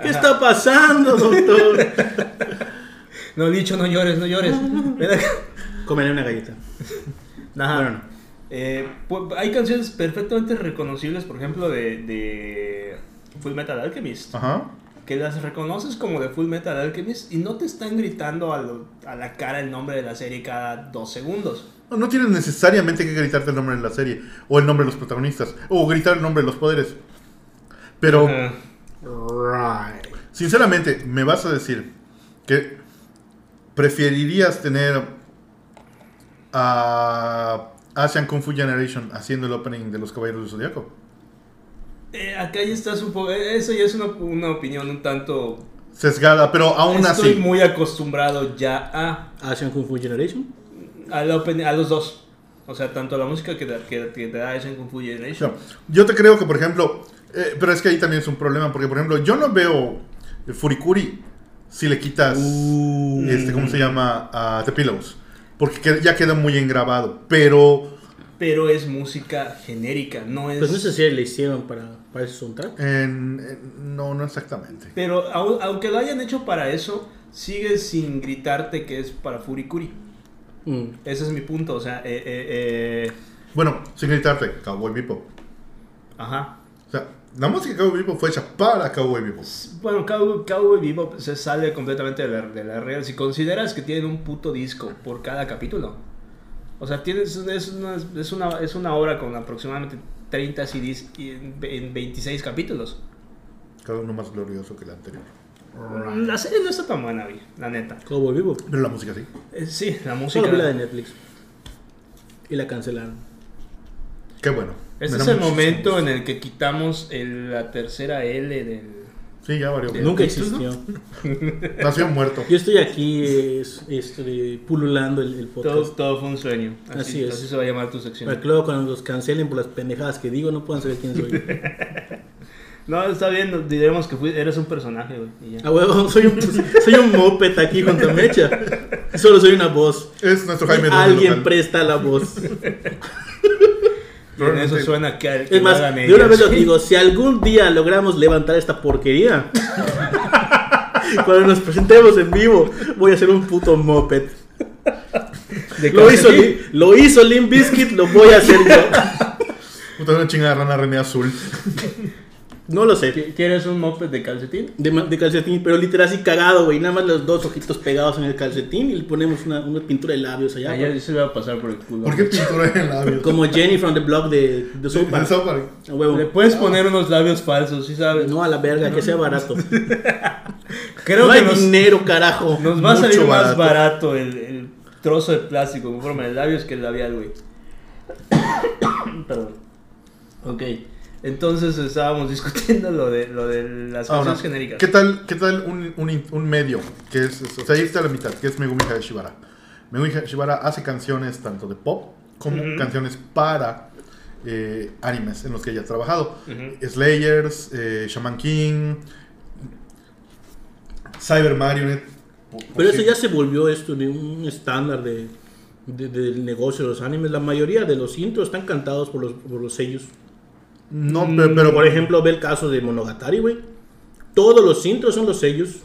¿Qué está pasando, doctor?
No, dicho, no llores, no llores. Ven acá.
Comeré una galleta.
Ajá.
Bueno.
Eh, pu- hay canciones perfectamente reconocibles, por ejemplo, de, de Full Metal Alchemist.
Ajá.
que las reconoces como de Full Metal Alchemist y no te están gritando a, lo- a la cara el nombre de la serie cada dos segundos.
No, no tienes necesariamente que gritarte el nombre de la serie, o el nombre de los protagonistas, o gritar el nombre de los poderes. Pero,
Ajá.
sinceramente, me vas a decir que preferirías tener a Asian Kung Fu Generation haciendo el opening de Los Caballeros del Zodíaco.
Eh, acá ya estás un poco. eh, Eso ya es una, una opinión un tanto.
Sesgada, pero aún
Estoy
así.
muy acostumbrado ya a,
Asian Kung Fu Generation.
a, la open- a los dos. O sea, tanto a la música que, da- que, que te da Asian Kung Fu Generation.
No, yo te creo que, por ejemplo, eh, pero es que ahí también es un problema, porque, por ejemplo, yo no veo eh, Furikuri si le quitas,
Uh.
este, ¿cómo se llama? A The Pillows, porque que- ya queda muy engrabado, pero
Pero es música genérica, no es.
Pues no sé si le hicieron para, para ese soundtrack.
en- en- no, no exactamente.
Pero au- aunque lo hayan hecho para eso, sigue sin gritarte que es para Furikuri.
Mm.
Ese es mi punto, o sea, eh, eh, eh,
Bueno, sin gritarte, Cowboy Bebop.
ajá.
O sea, la música de Cowboy Bebop fue hecha para Cowboy Bebop.
Bueno, Cowboy, Cowboy Bebop se sale completamente de la, de la real. Si consideras que tienen un puto disco por cada capítulo, o sea, tienes, es, una, es, una, es una obra con aproximadamente 30 CDs y en, en 26 capítulos.
Cada uno más glorioso que el anterior.
La serie no está tan buena, güey, la neta.
Cowboy Vivo.
Pero la música sí.
Eh, sí, la música.
Solo vi la de Netflix. Y la cancelaron.
Qué bueno.
Este
Me da
es el
muchísimo
momento
gusto.
en el que quitamos el- la tercera L del.
Sí, ya varió.
Nunca
Netflix, ¿no?
existió.
Nació muerto.
Yo estoy aquí eh, es- este, pululando el, el
Todo,
podcast.
todo fue un sueño. Así,
Así es.
así se va a llamar tu sección.
Para que luego cuando los cancelen por las pendejadas que digo, no puedan saber quién soy.
No, está bien, diremos que fui- eres un personaje, güey. y ya.
A huevo, soy un, soy un moped aquí contra Mecha. Solo soy una voz.
Es nuestro Jaime Duende
Alguien
local.
presta la voz.
Y en
Probablemente-
eso suena que, que
Es
lo
más,
hagan
de
ellas.
una vez lo digo, si algún día logramos levantar esta porquería, cuando nos presentemos en vivo, voy a ser un puto moped.
De
Lo hizo,
calcetín.
Lim- lo hizo Lim Biscuit, lo voy a hacer yo.
Puta, una chingada rana René Azul.
No lo sé.
¿Qui- ¿Quieres un moped de calcetín?
De, ma- de calcetín, pero literal así cagado, güey. Nada más los dos ojitos pegados en el calcetín y le ponemos una, una pintura de labios allá.
Ayer Ah, se le va a pasar por el culo.
¿Por qué pintura en el labio?
Como Jenny from the blog de, de South Park.
El South Park.
A huevo.
Le puedes poner unos labios falsos, ¿sí sabes?
No a la verga, que sea barato.
Creo
no
que
hay
nos,
dinero, carajo.
nos va a salir
Mucho
más barato el, el trozo de plástico con forma de labios que el labial, güey. Perdón. Ok. Entonces estábamos discutiendo lo de, lo de las
Ah,
canciones
Ahora,
genéricas.
¿qué tal, qué tal un, un in- un medio? Que es, es- o sea, ahí está la mitad, que es Megumi Shibara. Megumi Shibara hace canciones tanto de pop como
Ujú.
canciones para eh, animes en los que ella ha trabajado.
Ujú.
Slayers, eh, Shaman King, Cyber Marionette. o- o
Pero eso
sí.
ya se volvió esto de un estándar de, de- del negocio de los animes. La mayoría de los intros están cantados por los, por los sellos.
No, pero,
Mm,
pero-
Por ejemplo, ve el caso de Monogatari, güey. Todos los intros son los sellos.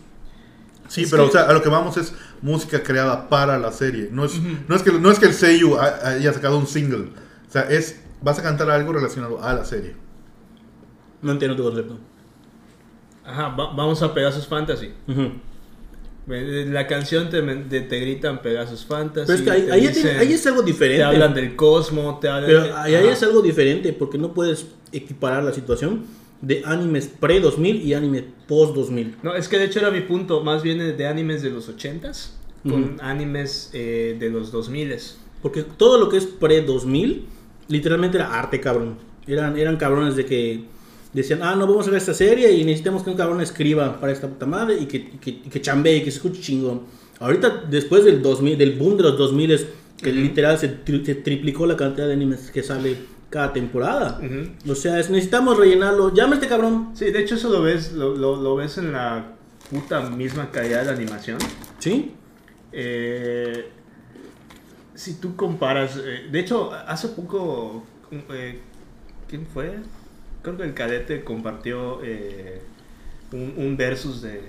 Sí,
Es
pero
que-
o sea, a lo que vamos es música creada para la serie. No es, no es, que, no es que el Seiyu ha- haya sacado un single. O sea, es vas a cantar algo relacionado a la serie.
No entiendo tu concepto.
Ajá, va- vamos a Pegasus Fantasy.
Ujú.
La canción te, men- te- te gritan Pegasus Fantasy.
Pero es que ahí,
te
ahí
dicen-
tiene- ahí es algo diferente.
Te hablan del cosmo, te hablan.
Pero ahí, ahí
Ajá.
es algo diferente porque no puedes equiparar la situación de animes pre-2000 y animes post-2000.
No, es que de hecho era mi punto, más bien de animes de los 80s con animes eh, de los 2000s.
Porque todo lo que es pre-2000 literalmente era arte, cabrón. Eran, eran cabrones de que decían, ah, no, vamos a ver esta serie y necesitamos que un cabrón escriba para esta puta madre y que, y que, y que chambee y que se escuche chingón. Ahorita, después del 2000, del boom de los 2000, que literal se, tri- se triplicó la cantidad de animes que sale cada temporada. O sea, es, necesitamos rellenarlo. Llama a este cabrón.
Sí, de hecho eso lo ves, lo, lo- lo ves en la puta misma calidad de la animación.
¿Sí?
Eh, si tú comparas, eh, de hecho hace poco, eh, ¿quién fue? Creo que el cadete compartió eh, un, un versus de,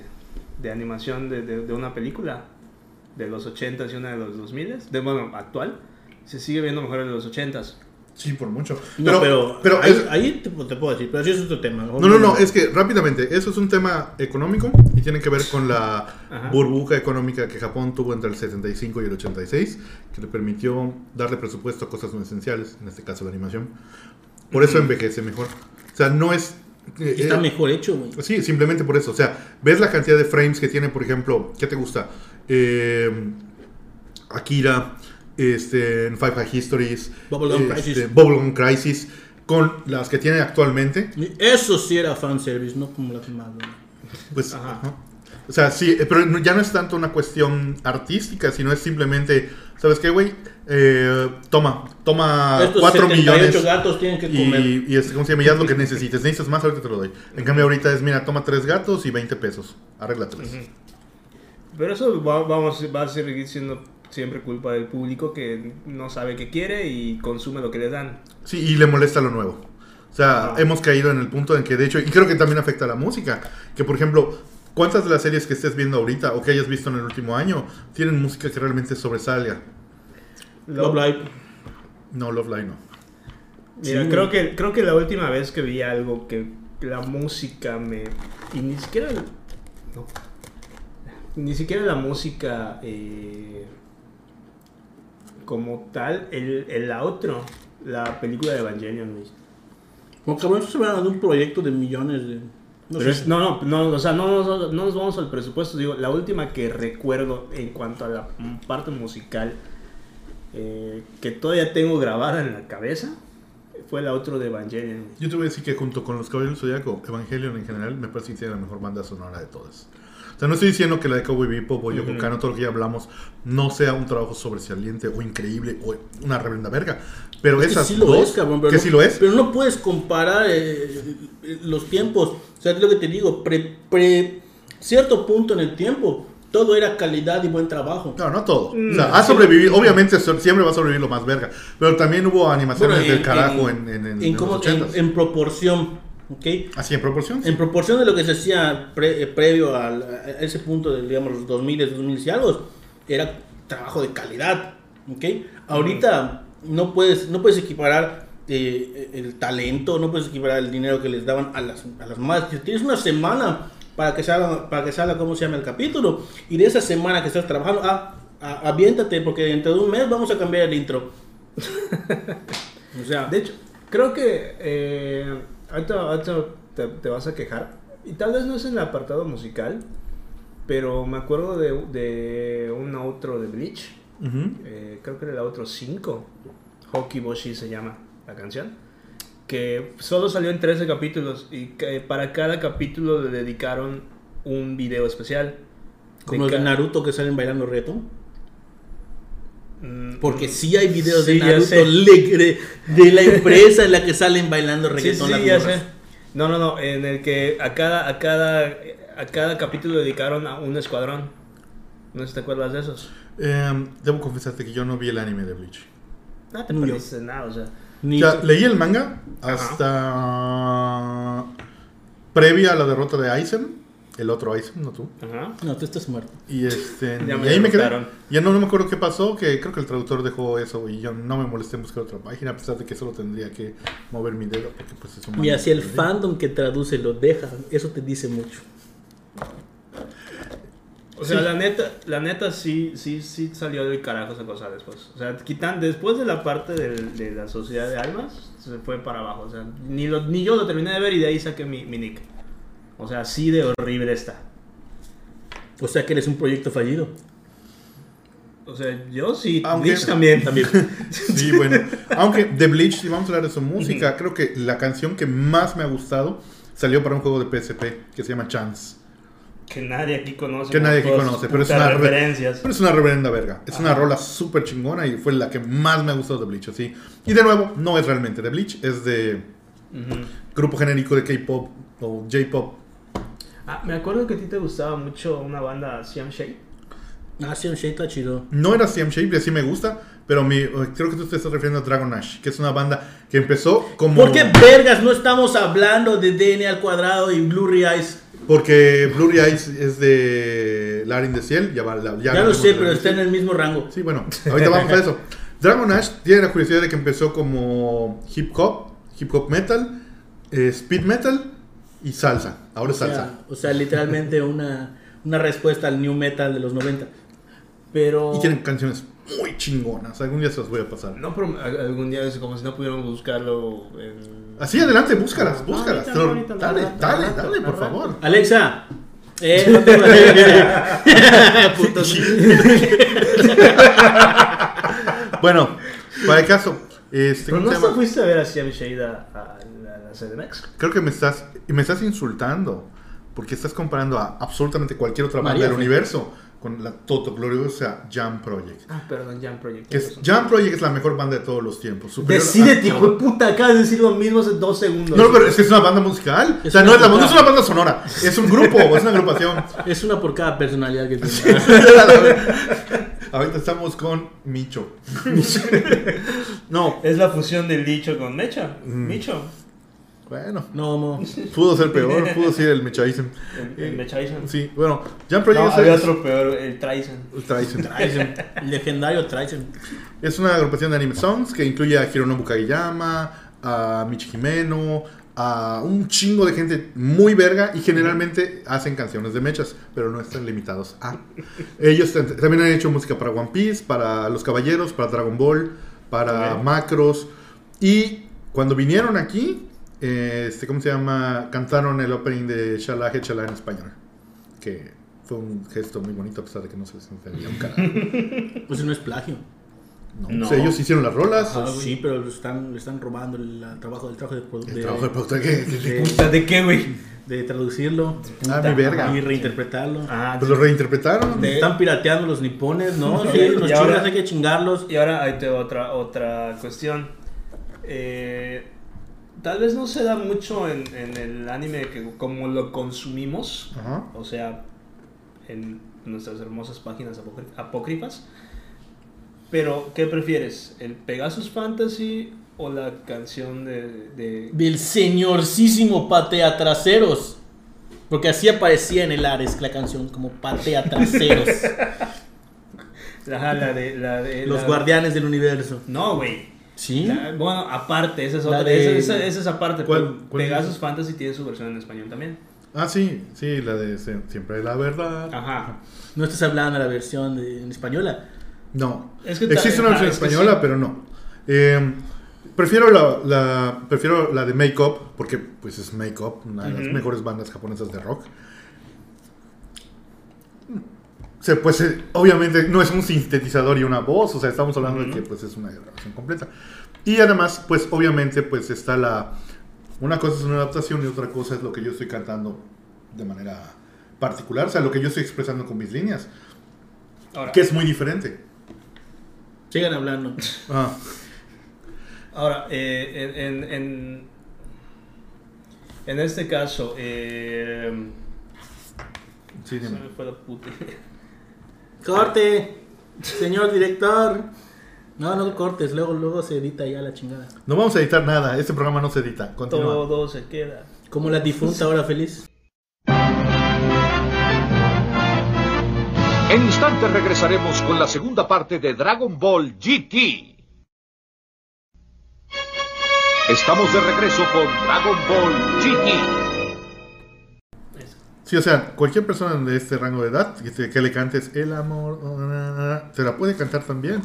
de animación de, de- de una película de los 80s y una de los 2000s, de bueno, actual. Se sigue viendo mejor el de los 80s.
Sí, por mucho.
No, pero,
pero
ahí,
es-
ahí te, te puedo decir, pero eso es otro tema.
no, no, no, es que rápidamente, eso es un tema económico y tiene que ver con la
Ajá.
burbuja económica que Japón tuvo entre el 75 y el 86, que le permitió darle presupuesto a cosas no esenciales, en este caso la animación. Por eso envejece mejor. O sea, no es... eh,
Está
eh,
mejor hecho, güey.
Sí, simplemente por eso. O sea, ves la cantidad de frames que tiene, por ejemplo, ¿qué te gusta? Eh, Akira, este, en Five High Histories,
Bubblegum
este,
Crisis.
Bubblegum Crisis, con las que tiene actualmente.
Eso sí era fanservice, no como la demás, güey.
Pues,
Ajá.
ajá. O sea, sí, eh, pero no- ya no es tanto una cuestión artística, sino es simplemente, ¿sabes qué, güey? Eh, toma, toma
Estos
4
78
Ah, millones.
gatos tienen que comer.
Y, y este, ¿cómo se llama? Ya es lo que necesites. Necesitas más, ahorita te lo doy. En cambio, ahorita es, mira, toma tres gatos y 20 pesos. Arréglatelos.
Pero eso va, vamos, va a seguir siendo siempre culpa del público que no sabe qué quiere y consume lo que le dan.
Sí, y le molesta lo nuevo. O sea,
Ah.
hemos caído en el punto en que, de hecho, y creo que también afecta a la música. Que, por ejemplo, ¿cuántas de las series que estés viendo ahorita o que hayas visto en el último año tienen música que realmente sobresalga?
Love Live.
No, Love Line no.
Mira,
Sí.
creo, que, creo que la última vez que vi algo que la música me... Y ni siquiera... no. ni siquiera la música eh, como tal, el, el outro, la película de Evangelion, güey.
Como cabrón, eso se va a de un proyecto de millones de. No
Pero
sé.
es- No, no, no, o sea, no, nos- no nos vamos al presupuesto. Digo, la última que recuerdo en cuanto a la m- parte musical eh, que todavía tengo grabada en la cabeza fue la otra de Evangelion.
Yo te voy a decir que junto con los Caballeros del Zodiaco, Evangelion en general, me parece que tiene la mejor banda sonora de todas. O sea, no estoy diciendo que la de Cowboy Bebop o Yoko Kano, todo lo que ya hablamos, no sea un trabajo sobresaliente o increíble o una reverenda verga. Pero
Es que
esas
sí lo
dos,
es, cabrón, pero
que
no-
sí lo es,
Pero no puedes comparar eh, los tiempos. O sea, es lo que te digo, pre, pre- cierto punto en el tiempo, todo era calidad y buen trabajo.
No, no todo. o sea, ha sobrevivido, obviamente so- siempre va a sobrevivir lo más verga. Pero también hubo animaciones
Bueno,
del carajo en, en, en-
en
en
cómo-
los
en-
80s.
en proporción, ¿ok?
Así en proporción. sí.
En proporción de lo que se hacía pre- eh, previo al- a ese punto de, digamos, los 2000, 2000 y algo, era trabajo de calidad, ¿ok? Ahorita no puedes, no puedes equiparar eh, el talento, no puedes equiparar el dinero que les daban a las, a las madres. Si Tienes una semana para que salga, para que salga cómo se llama el capítulo, y de esa semana que estás trabajando, ah, a- aviéntate, porque dentro de un mes vamos a cambiar el intro. o sea,
De hecho, creo que eh, ahorita, ahorita te, te vas a quejar. Y tal vez no es en el apartado musical, pero me acuerdo de, de un outro de Bleach.
Ujú.
eh, creo que era el outro 5. Hokiboshi se llama la canción. Que solo salió en 13 capítulos y que para cada capítulo le dedicaron un video especial. De
como los de
ca-
Naruto que salen bailando reto.
Mm,
Porque sí hay videos
Sí,
de
ya
Naruto
sé.
Legre, de la empresa en la que salen bailando
Sí,
reggaetón
sí,
las
ya
morras.
sé. No, no, no, en el que a cada, a cada, a cada capítulo dedicaron a un escuadrón. No sé si te acuerdas de esos.
Em, debo confesarte que yo no vi el anime de Bleach.
No te
Ni yo.
perdiste nada, o sea.
O
Ni-
sea, leí el manga hasta previa a la derrota de Aizen, el otro Aizen, no tú.
Ajá.
No, tú estás muerto.
Y este,
Ya me
y ahí me quedé.
derrotaron.
Ya no, no me acuerdo qué pasó, que creo que el traductor dejó eso y yo no me molesté en buscar otra página, a pesar de que solo tendría que mover mi dedo, porque pues es un
Y
manga,
así el
¿sí?
fandom que traduce lo deja, eso te dice mucho.
O sea, la neta, la neta sí, sí, sí salió del carajo esa cosa después. O sea, quitan, después de la parte del- de, la sociedad de almas, se fue para abajo. O sea, ni, lo- ni yo lo terminé de ver y de ahí saqué mi, mi nick. O sea, así de horrible está.
O sea que eres un proyecto fallido.
O sea, yo sí,
Aunque-
Bleach también. también.
Sí, bueno. Aunque The Bleach, si vamos a hablar de su música, creo que la canción que más me ha gustado salió para un juego de PSP que se llama Chance.
que nadie aquí conoce.
Que
como
nadie aquí
todas
conoce,
sus
pero es
putas
una re-
referencias.
Pero es una reverenda verga. Es una rola súper chingona y fue la que más me ha gustado de Bleach, así. Y de nuevo, no es realmente de Bleach, es de
Ujú.
grupo genérico de K-pop o J-pop.
Ah, me acuerdo que a ti te gustaba mucho una banda, Siam Shade.
Ah, sí, un shade está chido.
No era CM Shape, así me gusta, pero mi, eh, creo que tú te estás refiriendo a Dragon Ash, que es una banda que empezó como...
¿Por qué vergas no estamos hablando de DNA al cuadrado y Blurry Eyes?
Porque Blurry Eyes es de Larin de Ciel, ya, va, la- ya
Ya, lo
hablamos de
sé,
Larin
pero
de
está en
Ciel.
el mismo rango.
Sí, bueno, ahorita vamos a eso. Dragon Ash tiene la curiosidad de que empezó como hip hop, hip hop metal, eh, speed metal y salsa. Ahora es
O sea,
salsa.
O sea, literalmente una, una respuesta al new metal de los 90.
Pero.
Y tienen canciones muy chingonas. Algún día se las voy a pasar.
No, pero algún día es como si no pudiéramos buscarlo en...
Así adelante, búscalas,
No,
búscalas.
ahorita,
Te lo-
ahorita,
dale,
al rato,
dale,
al rato,
dale, por
al rato.
favor.
Alexa. Eh, no tengo Alexa. Putos.
Bueno, para el caso, este,
Pero
¿cómo
no
se
hasta
llama?
fuiste a ver a Siam Shade a, a- a la CDMX.
Creo que me estás, me estás insultando. Porque estás comparando a absolutamente cualquier otra banda
María,
del
sí.
universo con la todo gloriosa Jam Project.
Ah, perdón, Jam Project.
Que es- Jam Project es la mejor banda de todos los tiempos. superior a-
Decídete, hijo de puta, acabas de decir lo mismo hace dos segundos.
No, pero es que es una banda musical.
Es
o sea,
una
no es, la,
banda.
no es una banda sonora. Es un grupo, es una agrupación.
Es una por cada personalidad que tiene.
Ahorita estamos con Micho. no,
Es la fusión del dicho con Mecha.
Mm.
Micho.
bueno,
No, no.
pudo ser peor, pudo ser el Mechaisen.
El, el Mechaisen.
Sí, bueno, Jam
No,
Project es-
había otro peor, el Traisen.
el Traisen.
Tyson. Legendario Tyson.
Es una agrupación de anime songs que incluye a Hironobu Kageyama, a Michi Jimeno, a un chingo de gente muy verga y generalmente hacen canciones de mechas, pero no están limitados a. Ellos t- también han hecho música para One Piece, para Los Caballeros, para Dragon Ball, para
Ok.
Macros. Y cuando vinieron aquí, eh, este, ¿cómo se llama? Cantaron el opening de Shalá Chalá en español. Que fue un gesto muy bonito, a pesar de que no se les entendía un carajo.
Pues no es plagio.
No,
No. Ah,
o sea, ellos hicieron las rolas.
Pues sí, pero le están, le están robando el la- trabajo del trabajo de, produ-
El
de-
trabajo de productor que, que- que-
Puta, ¿De qué, güey?
de traducirlo
Ah, mi verga.
y reinterpretarlo.
Ah,
Pues lo reinterpretaron.
De-
Están pirateando los nipones, ¿no?
Y-
Sí, los
y ahora-
chingas hay que chingarlos.
Y ahora ahí te va otra, otra cuestión. Eh, tal vez no se da mucho en, en el anime que, como lo consumimos,
Ajá.
o sea, en nuestras hermosas páginas apocri- apócrifas. Pero, ¿qué prefieres? ¿El Pegasus Fantasy o la canción de... de-
Del señorcísimo patea traseros. Porque así aparecía en el Ares la canción, como patea traseros.
ajá, la de... La de
los
la-
guardianes del universo.
No, güey.
¿Sí?
La- bueno, aparte, esa es
La
otra.
de-
Esa, esa- esa es aparte.
¿Cuál-
pero
cuál es
Pegasus
esa?
Fantasy tiene su versión en español también.
Ah, sí, sí, la de se- Siempre la verdad.
Ajá.
No estás hablando de la versión de- en española.
No.
Es que
Existe
ta-
una
ah,
versión
es que
española,
sí.
pero no. Eh, prefiero, la, la- prefiero la de Make Up, porque pues es Make Up, una de las
Ujú.
mejores bandas japonesas de rock. Se, pues, eh, obviamente no es un sintetizador y una voz, o sea, estamos hablando de que pues es una grabación completa. Y además, pues obviamente, pues está la... Una cosa es una adaptación y otra cosa es lo que yo estoy cantando de manera particular, o sea, lo que yo estoy expresando con mis líneas,
Ahora,
que es muy diferente.
Sigan hablando.
Ah.
ahora eh, en, en, en, en este caso, eh,
Sí,
se
dime.
me fue la puta.
¡Corte! Señor director. No, no cortes, luego, luego se edita ya la chingada.
No vamos a editar nada, este programa no se edita. Continúa.
Todo se queda.
Como la difunta ahora feliz.
En instantes regresaremos con la segunda parte de Dragon Ball GT. Estamos de regreso con Dragon Ball GT.
Sí, o sea, cualquier persona de este rango de edad que, te- que le cantes el amor, oh, na, na, na, te la puede cantar también.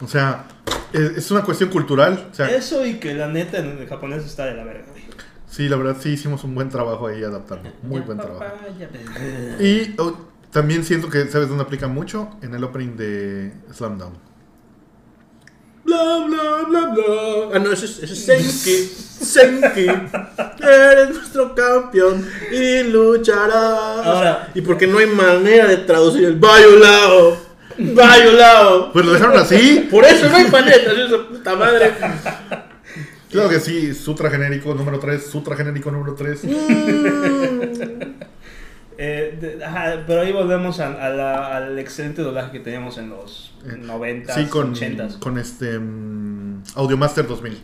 O sea, es, es una cuestión cultural. O sea,
Eso y que la neta en el japonés está de la verga. güey.
sí, la verdad, sí hicimos un buen trabajo ahí adaptarlo. Muy buen trabajo.
Papaya.
Y oh, también siento que, ¿sabes dónde aplica mucho? En el opening de Slam Down.
Bla, bla, bla, bla. Ah, no, ese es, ese es Senki. Senki. Eres nuestro campeón y lucharás.
Ahora-
y porque no hay manera de traducir el Bayolao. Bayolao.
Pues lo dejaron así.
Por eso no hay manera de traducir esa puta madre.
Claro que sí, Sutra genérico número 3, Sutra genérico número 3.
Eh, de- ajá, pero ahí volvemos a, a la- al excelente doblaje que teníamos en los
Eh,
90s,
Sí, con,
80s.
con este mm, Audiomaster 2000.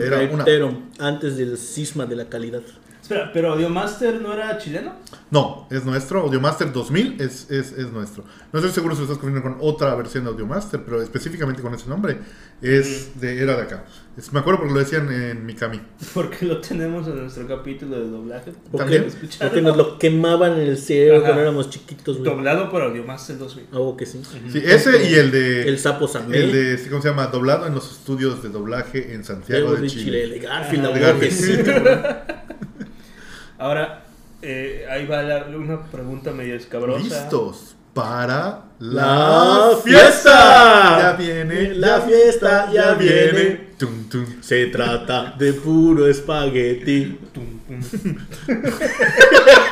Era una.
Pero antes del cisma de la calidad.
Espera, pero Audiomaster no era chileno?
No, es nuestro. Audiomaster 2000 es, es, es nuestro. No estoy seguro si lo estás confundiendo con otra versión de Audiomaster, pero específicamente con ese nombre. Es de, era de acá. Es- me acuerdo porque lo decían en Mikami.
Mm.
Porque lo tenemos en nuestro capítulo de doblaje.
Porque,
También.
escucharon?
porque nos lo quemaban en el cerebro
Ajá.
cuando éramos chiquitos, güey.
Doblado por Audiomaster 2000.
Algo que sí.
Sí, ese y el de.
El sapo Samuel.
el de, sí, ¿cómo se llama? Doblado en los estudios de doblaje en Santiago
Diego
de Chile. Ah,
de Garfield,
Ajá.
la
De
verdad que
Garfield.
sí, cabrón.
Ahora, eh, ahí va la- una pregunta medio escabrosa.
Listos para la,
La
fiesta.
fiesta.
Ya viene
La fiesta ya viene.
Tum, tum.
Se trata de puro espagueti.
Tum, tum.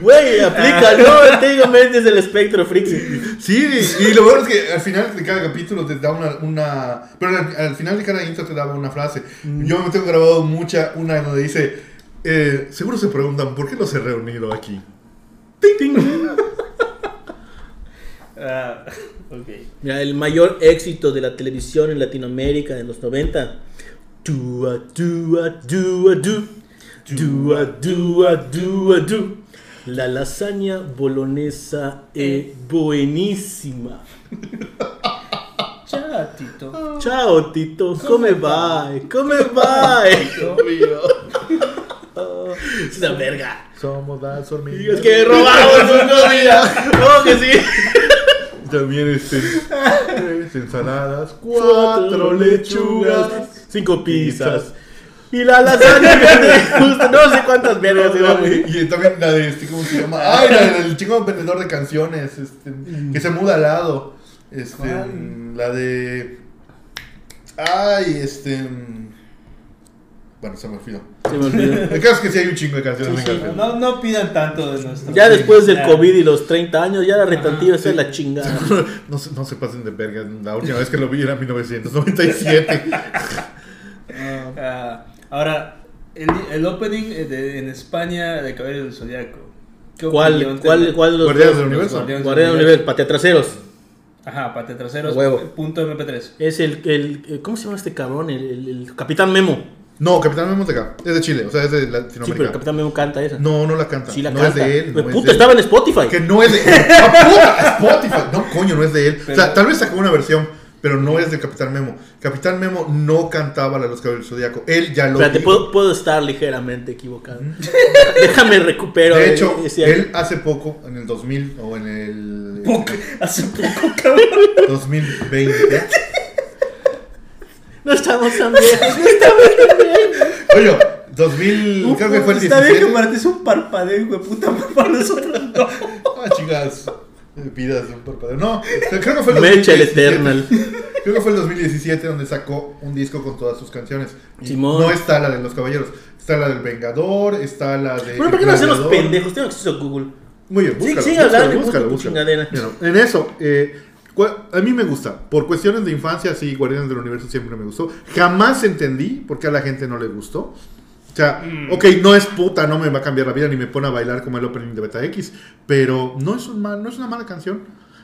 Güey, aplica, no, te digo, mentes del espectro, Frixie.
Sí, y lo bueno es que al final de cada capítulo te da una. una pero al, al final de cada intro te daba una frase. Yo me tengo grabado mucha, una donde dice: eh, Seguro se preguntan por qué los he reunido aquí.
Ah, ok.
Mira, el mayor éxito de la televisión en Latinoamérica en los 90. Dua, dua, dua, du. Dua, dua, dua, du. La lasaña bolognesa es buenísima.
Chatito.
Chao, Tito. Come bye. Come bye. Es una verga.
Somos las
Es
hormigas.
que robamos un comida. ¿Cómo que sí?
También este, tres ensaladas, cuatro este, lechugas,
cinco pizzas. Y la lasaña que te gusta, no sé cuántas vergas
No,
iba,
no,
güey.
y, y también la de este, ¿cómo se llama? Ay, la del chico vendedor de canciones, este,
Mm.
que se muda al lado. Este, la de. Ay, este. Bueno, se me olvidó.
Se me olvidó.
El caso es que sí hay un chingo de canciones
Sí,
en
sí,
Garfield.
No, no pidan tanto de nuestro.
Ya después del
Ya.
COVID y los 30 años, ya la retentiva esa es la chingada.
No, se- no se pasen de verga. La última vez que lo vi era en 1997.
Ah, ahora, el, el opening eh, de- en España de Caballero del Zodiaco. ¿Qué
¿Cuál,
opinión
cuál,
tenés?
cuál de los
Guardianes
dos?
del Universo.
Guardianes del Universo, pateatraseros.
Ajá, pate traseros.
A huevo.
Punto MP3.
Es el, el, el- ¿Cómo se llama este cabrón? El, el- el Capitán Memo.
No, Capitán Memo es de acá. Es de Chile, o sea, es de
Sí, pero el
Latinoamérica.
Capitán Memo canta esa.
No, no la canta.
sí, la
no es
canta.
de él. No
Pues,
es
puta,
de él.
estaba en Spotify.
Que no es de él. ¡Ah, puta! Spotify. No, coño, no es de él. o sea,
Pero-
tal vez sacó una versión, pero no es de Capitán Memo. Capitán Memo no cantaba la Luz del Zodíaco. Él ya lo.
Espérate,
dijo.
puedo, puedo estar ligeramente equivocado. Déjame recupero.
de
eh,
hecho,
ese-
él hace poco, en el 2000 o en el
Hace poco, cabrón.
2020.
No estamos tan viejos. no estamos-
Oye, 2000, creo que fue el
Está bien que
17.
Marta es un parpadeo, hijo de puta, pero para nosotros no.
Ah, chicas. Vidas de un parpadeo. No, este, creo que fue el
Mecha el
2017.
Eternal.
Creo que fue el 2017 donde sacó un disco con todas sus canciones. Y
Simón.
No está la de los caballeros. Está la del Vengador, está la de.
Bueno, ¿por qué no
El
hacemos
Gladiador.
pendejos? Tengo acceso a Google.
Muy bien, búscalo.
Sí, sí,
búscalo,
hablar de
búscalo,
gusto,
búscalo.
chingadera.
Bueno, en eso, eh, cua- a mí me gusta. Por cuestiones de infancia, sí, Guardianes del Universo siempre me gustó. Jamás entendí por qué a la gente no le gustó. O sea,
Mm.
ok, no es puta, no me va a cambiar la vida ni me pone a bailar como el opening de Beta X, pero no es, un mal- no es una mala canción.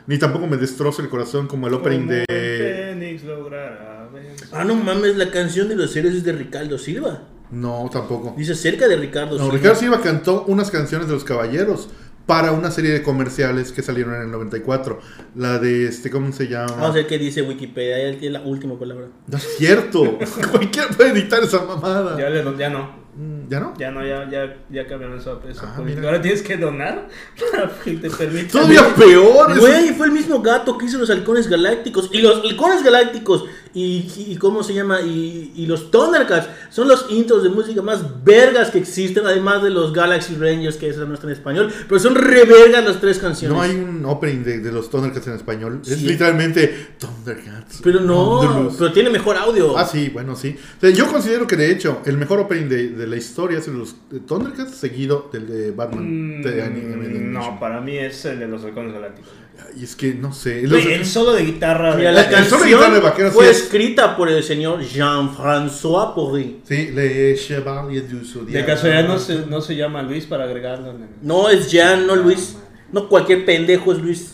Ni tampoco me destroza el corazón como el opening
Como el
de...
Fénix logrará vencer.
Ah, no mames, la canción de los héroes es de Ricardo Silva.
No, tampoco.
Dice cerca de Ricardo
No,
Silva.
Ricardo Silva cantó unas canciones de los caballeros para una serie de comerciales que salieron en el 94. La de este, ¿cómo se llama?
Vamos a ver qué dice Wikipedia. Él tiene la última palabra.
No es cierto. Cualquiera puede editar esa mamada.
Ya,
¿Ya,
le, ya no,
no?
ya no, ya, ya, ya cambiaron eso. eso
Ah,
político.
mira.
Ahora tienes que donar para que te permitan.
Todavía peor. es-
Güey, fue el mismo gato que hizo los halcones galácticos. Y los halcones galácticos, y, y- y cómo se llama, y, y los Thundercats, son los intros de música más vergas que existen, además de los Galaxy Rangers, que esas no están en español, pero son revergas las tres canciones.
No hay un opening de, de los Thundercats en español. Es
Sí.
literalmente Thundercats.
Pero no,
Thunderous.
pero tiene mejor audio.
Ah, sí, bueno, sí. O sea, yo considero que de hecho el mejor opening de, de la historia es el de los eh, Thundercats seguido del de Batman.
Mm,
de anime, de
No,
animation.
para mí es el de los halcones galácticos.
Y es que no sé. Los-
Güey, el solo de guitarra.
Mira,
de-
la
el solo
canción
guitarra de vaquero sí
fue
es-
escrita por el señor Jean-François Porry.
Sí, le Chevalier du Zodiac.
de casualidad no se, no se llama Luis para agregarlo. en el-
No es Jean, no Luis. No cualquier pendejo es Luis.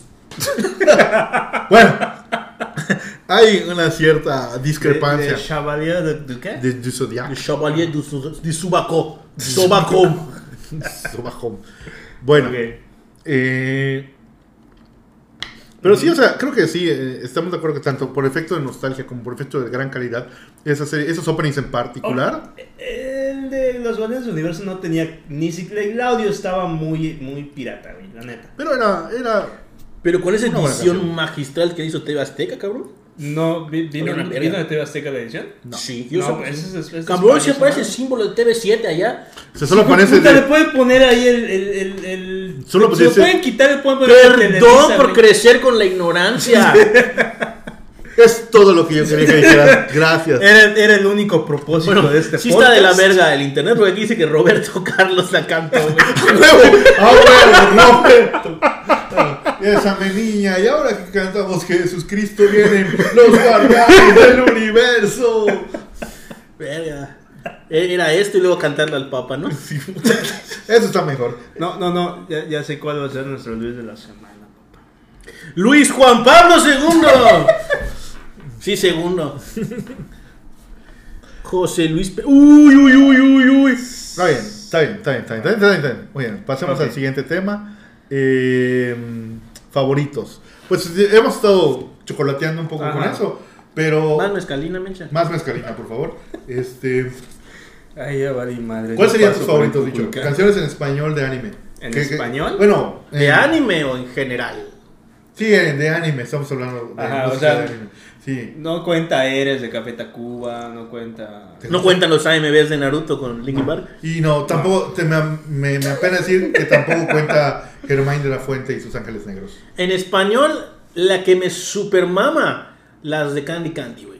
Bueno, hay una cierta
De,
discrepancia.
de Chevalier de, de qué?
De, du Zodiac.
Le Chevalier du, du Subaco. Subaco.
Sobajón. Bueno,
Ok.
eh, pero sí, o sea, creo que sí, eh, estamos de acuerdo que tanto por efecto de nostalgia como por efecto de gran calidad, esa serie- esos openings en
Oh.
particular,
El de los Guardianes del Universo no tenía ni siquiera el audio estaba muy muy pirata, güey, la neta.
pero era, era,
Pero con esa
Una buena
edición
canción.
magistral que hizo TV Azteca, cabrón.
No, vi- vino,
Era una verga.
vino de TV Azteca la edición.
Sí, yo
No, pues,
sé-
ese es, ese es ¿eh?
Cabrón,
español,
si aparece el
¿no?
símbolo de TV7 allá.
se solo
Puta,
aparece
le
de,
pueden poner ahí el. el, el, el-
Solo
se
podía
lo
ser-
pueden quitar, le pueden poner el
pues Perdón
Televisa,
por
güey.
crecer con la ignorancia.
es todo lo que yo quería que dijeras, gracias.
Era, era el único propósito
Bueno,
de este
sí está de la
podcast.
verga el internet, porque aquí dice que Roberto Carlos la cantó. güey.
¡A huevo! ¡A huevo,
Ah,
Roberto! Esa mi niña, y ahora que cantamos que Jesucristo vienen los guardianes del universo.
Verga. E-, Era esto y luego cantarle al Papa, ¿no?
Eso está mejor.
No, no, no, ya, ya sé cuál va a ser nuestro Luis de la semana, papá.
Luis Juan Pablo II. Sí, segundo. José Luis. Pe- Uy, uy, uy, uy, uy.
Está bien, está bien, está bien, está bien, está bien, está bien, está bien. Muy bien, pasemos
Ok.
al siguiente tema. Eh, favoritos. Pues eh, hemos estado chocolateando un poco
Ajá.
con eso, pero
Más mezcalina, mencha.
más mezcalina, por favor. Este,
Ay, ya vale madre.
¿Cuáles
Yo
serían
paso
tus
por
favoritos, dicho?
Cuculcán.
Canciones en español de anime.
¿En español?
bueno,
¿De
eh,
anime o en general?
Sí, de anime, estamos hablando de
Ajá, o
música
sea,
de anime. Sí.
No cuenta Eres de Café Tacuba, no cuenta...
No cuentan los AMVs de Naruto con Linkin Park.
Y no, tampoco, te- me, me, me apena decir que tampoco cuenta Germain de la Fuente y sus Ángeles Negros.
En español, la que me supermama, las de Candy Candy, güey.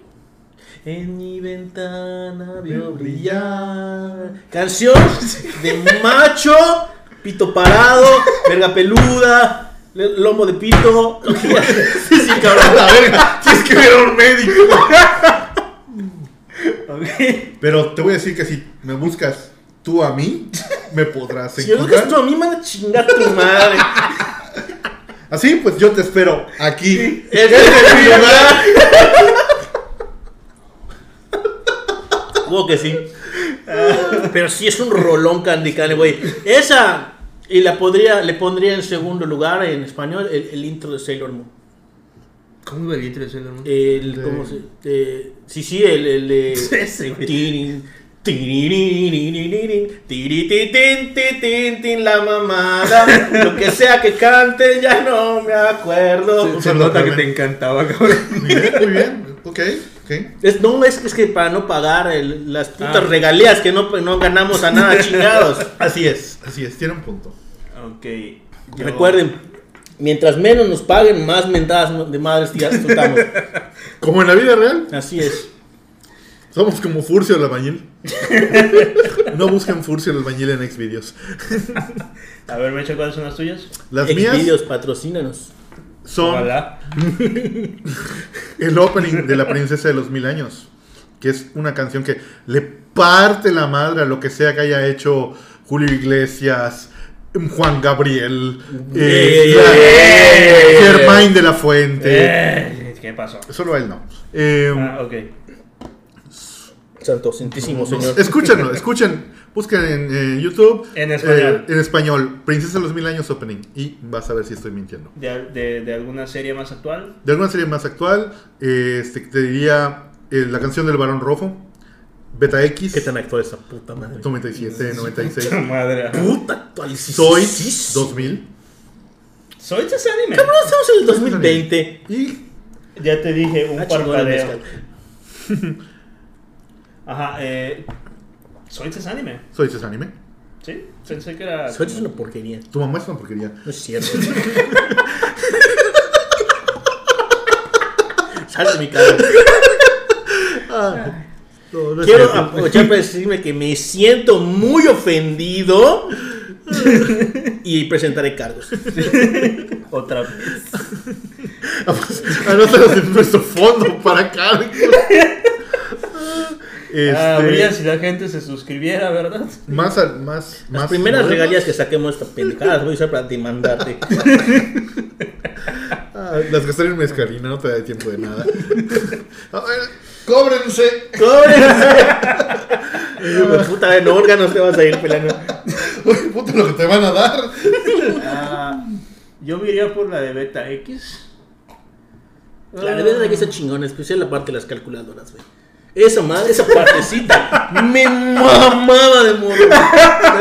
En mi ventana veo brillar. Canción de macho, pito parado, verga peluda, le- lomo de pito. lo que ya- Sí, sí, cabrón.
La verga, tienes que ver a un médico.
Ok.
Pero te voy a decir que si me buscas tú a mí, me podrás
Si yo creo que
encontrar.
esto a mí me van a chingar tu madre.
Así, pues yo te espero aquí.
Este es mi lugar. Como que sí. Pero sí es un rolón Candy Cane, güey. Esa. Y la podría, le pondría en segundo lugar en español el, el intro de Sailor Moon.
¿Cómo iba el intro de Sailor Moon?
El,
De-
¿Cómo se? eh, sí, sí, el, el de.
Ese, güey.
Tirin, tiriririririririn, tirititin, titin, tin, la mamada. Lo que sea que cante, ya no me acuerdo.
Se nota que te encantaba, cabrón.
Muy bien, muy bien. Ok, ok.
Es, no, es, que- es que para no pagar el- las putas
Ah.
regalías que no, no ganamos a nada, chingados.
Así es, así es, tiene un punto.
Ok. yo-
Recuerden, mientras menos nos paguen, más mentadas de madres tías soltamos.
Como en la vida real,
Así es.
somos como Furcio el albañil. No busquen Furcio el albañil en Xvideos.
A ver, Mecha, ¿cuáles son las tuyas?
Las mías
Xvideos, patrocínanos.
son
Ojalá.
el opening de La Princesa de los Mil Años, que es una canción que le parte la madre a lo que sea que haya hecho Julio Iglesias, Juan Gabriel, eh,
Eh, eh,
Germain de la Fuente.
Eh, ¿Qué pasó?
Solo a él no. Eh,
Ah, ok.
Santo Santísimo Señor.
Escúchenlo, escuchen. Busquen en eh, YouTube.
En español.
eh, en español. Princesa de los Mil Años Opening. Y vas a ver si estoy mintiendo.
¿De, al- de, de alguna serie más actual?
De alguna serie más actual, eh, este, te diría eh, la canción del Barón Rojo. Beta X.
¿Qué tan actual esa puta madre?
97, 96.
Madre.
Puta actualización.
Soy 2000.
¿Soy ese anime?
Cabrón, estamos en el 2020.
Y
Ya te dije, un
Ah, chingón, el
parpadeo.
mezcal.
Ajá, eh. ¿Soy ese anime?
soy ese anime.
Sí, pensé que era.
Soy es una porquería.
Tu mamá es una porquería.
No es cierto. Sal de mi cara.
No, no es
Quiero
cierto.
aprovechar para decirme que me siento muy ofendido y presentaré cargos.
Ah, Otra vez.
Anótalos en nuestro fondo para acá. Este,
Ah,
Habría Ah, si la gente se suscribiera, ¿verdad?
más, al- más, más.
Las primeras
moderno.
regalías que saquemos esta pendejada las voy a usar para demandarte.
Ah, las gastaron en mezcalina, no te da tiempo de nada. A ver, cóbrense.
Cóbrese. Puta, en órganos te vas a ir pelando.
Uy, puta, lo que te van a dar.
Ah, yo me iría por la de Beta X.
La verdad es que está chingón, en especial la parte de las calculadoras, güey. Esa madre, esa partecita me mamaba de morro. güey.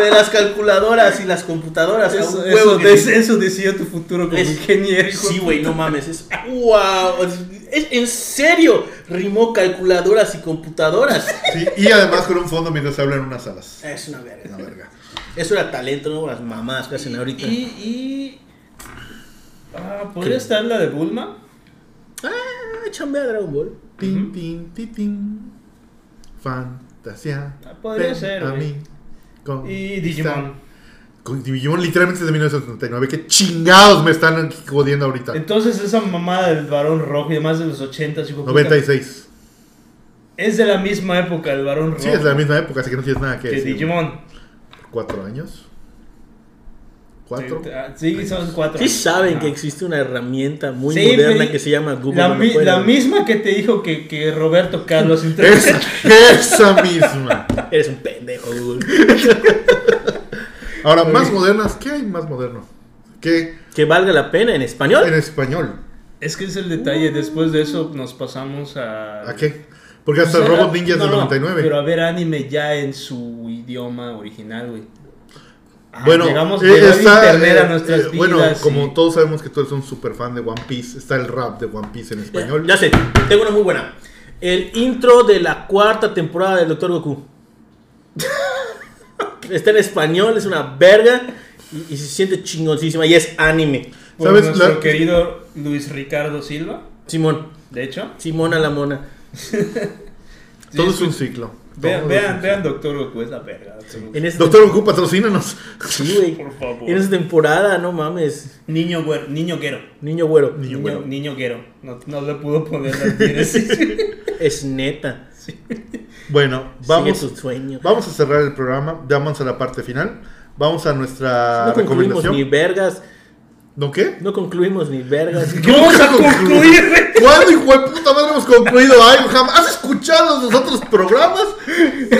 De las calculadoras y las computadoras. a
Eso,
un huevo
eso,
que sí.
de- eso decía tu futuro como
Es-
ingeniero.
Sí, güey, no mames. Es wow. es- es- en serio, rimó calculadoras y computadoras.
Sí, y además con un fondo mientras se habla en unas salas.
Es una verga.
La verga.
Eso era talento, no las mamás que hacen ahorita.
Y. y... Ah, ¿Podría estar la de Bulma?
Ah, chambea Dragon Ball.
Tin, tin, tin, tin. Fantasía.
Ah, podría
Ven
ser,
A
güey.
mí. Con-
Y Digimon.
Con Digimon literalmente es de 1979. ¿Qué chingados me están jodiendo ahorita?
Entonces esa mamada del varón rojo y además de los 80 hijo puta,
96.
Es de la misma época el varón rojo.
Sí, es de la misma época, así que no tienes nada que
que
decir.
Digimon.
¿Cuatro años? ¿Cuatro?
Ah, Sí, son cuatro.
Sí saben
Ah.
que existe una herramienta muy
Sí,
moderna
pero-
que se llama Google.
La,
no me
mi-
acuerdo.
la misma que te dijo que, que Roberto Carlos entró-
Esa, esa misma.
Eres un pendejo, Google.
Ahora, más modernas. ¿Qué hay más moderno? ¿Qué
Que valga la pena en
en
español.
español?
Es que es el detalle, después de eso nos pasamos a...
¿A qué? Porque hasta
No sé,
Robot
a-
Ninja es
no,
del
no,
99.
pero a ver anime ya en su idioma original, güey.
Bueno,
Ah, llegamos-
eh,
llegó el
está,
internet a
eh,
nuestras
eh, Bueno,
vidas
como
y-
todos sabemos que tú eres un super fan de One Piece, está el rap de One Piece en español.
Ya sé, tengo una muy buena. El intro de la cuarta temporada del Doctor Goku. Está en español, es una verga y, y se siente chingoncísima y es anime.
Por
¿Sabes?
nuestro
La-
querido Luis Ricardo Silva,
Simón,
de hecho.
Simona la mona.
Todo
Sí,
es un ciclo. Todo
Vean,
es un
vean,
ciclo.
vean Doctor Goku, es la verga. Doctor Goku.
En esta
Doctor Goku, patrocínanos.
Sí, güey.
Por favor.
En esta temporada, no mames.
Niño güero, niño guero.
Niño güero.
Niño, niño guero. No, no le pudo poner las diéresis.
Es neta.
Bueno,
Vamos.
vamos,
Sigue tu sueño.
vamos a cerrar el programa. Ya vamos a la parte final. Vamos a nuestra
No concluimos
Ah, recomendación.
ni vergas.
¿No qué?
No concluimos ni vergas.
¿Qué vamos a concluir? güey?
¿Cuándo, hijo de puta madre, hemos concluido algo? Jam- ¿Has escuchado los otros programas?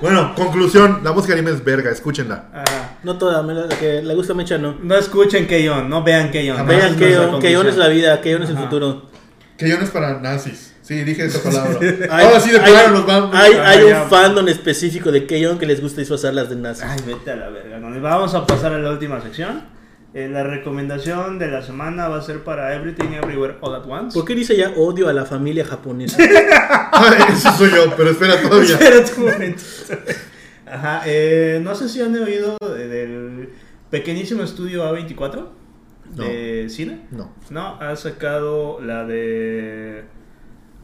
Bueno, conclusión. La música anime es verga, escúchenla.
Ajá.
No toda, me la, la que le gusta Mecha no.
No escuchen Keyon, no vean Keyon.
Vean que
Keyon
Keyon es la vida, Keyon es el
Ajá.
futuro.
Que yo no es para nazis. Sí, dije esa palabra.
Hay-
Ahora sí, de
hay,
plano los vamos.
Hay,
Ah,
hay
ya.
un fandom específico de Keyon que les gusta disfrazarlas de
Ah,
nazi.
Ay, vete a la verga. no. Vamos a pasar a la última sección. Eh, la recomendación de la semana va a ser para Everything Everywhere All at Once.
¿Por qué dice ya odio a la familia japonesa?
Eso soy yo, pero espera todavía.
Espérate un momento. Ajá, eh, no sé si han oído de- del pequeñísimo estudio A24 de cine.
No.
No, ha sacado la de.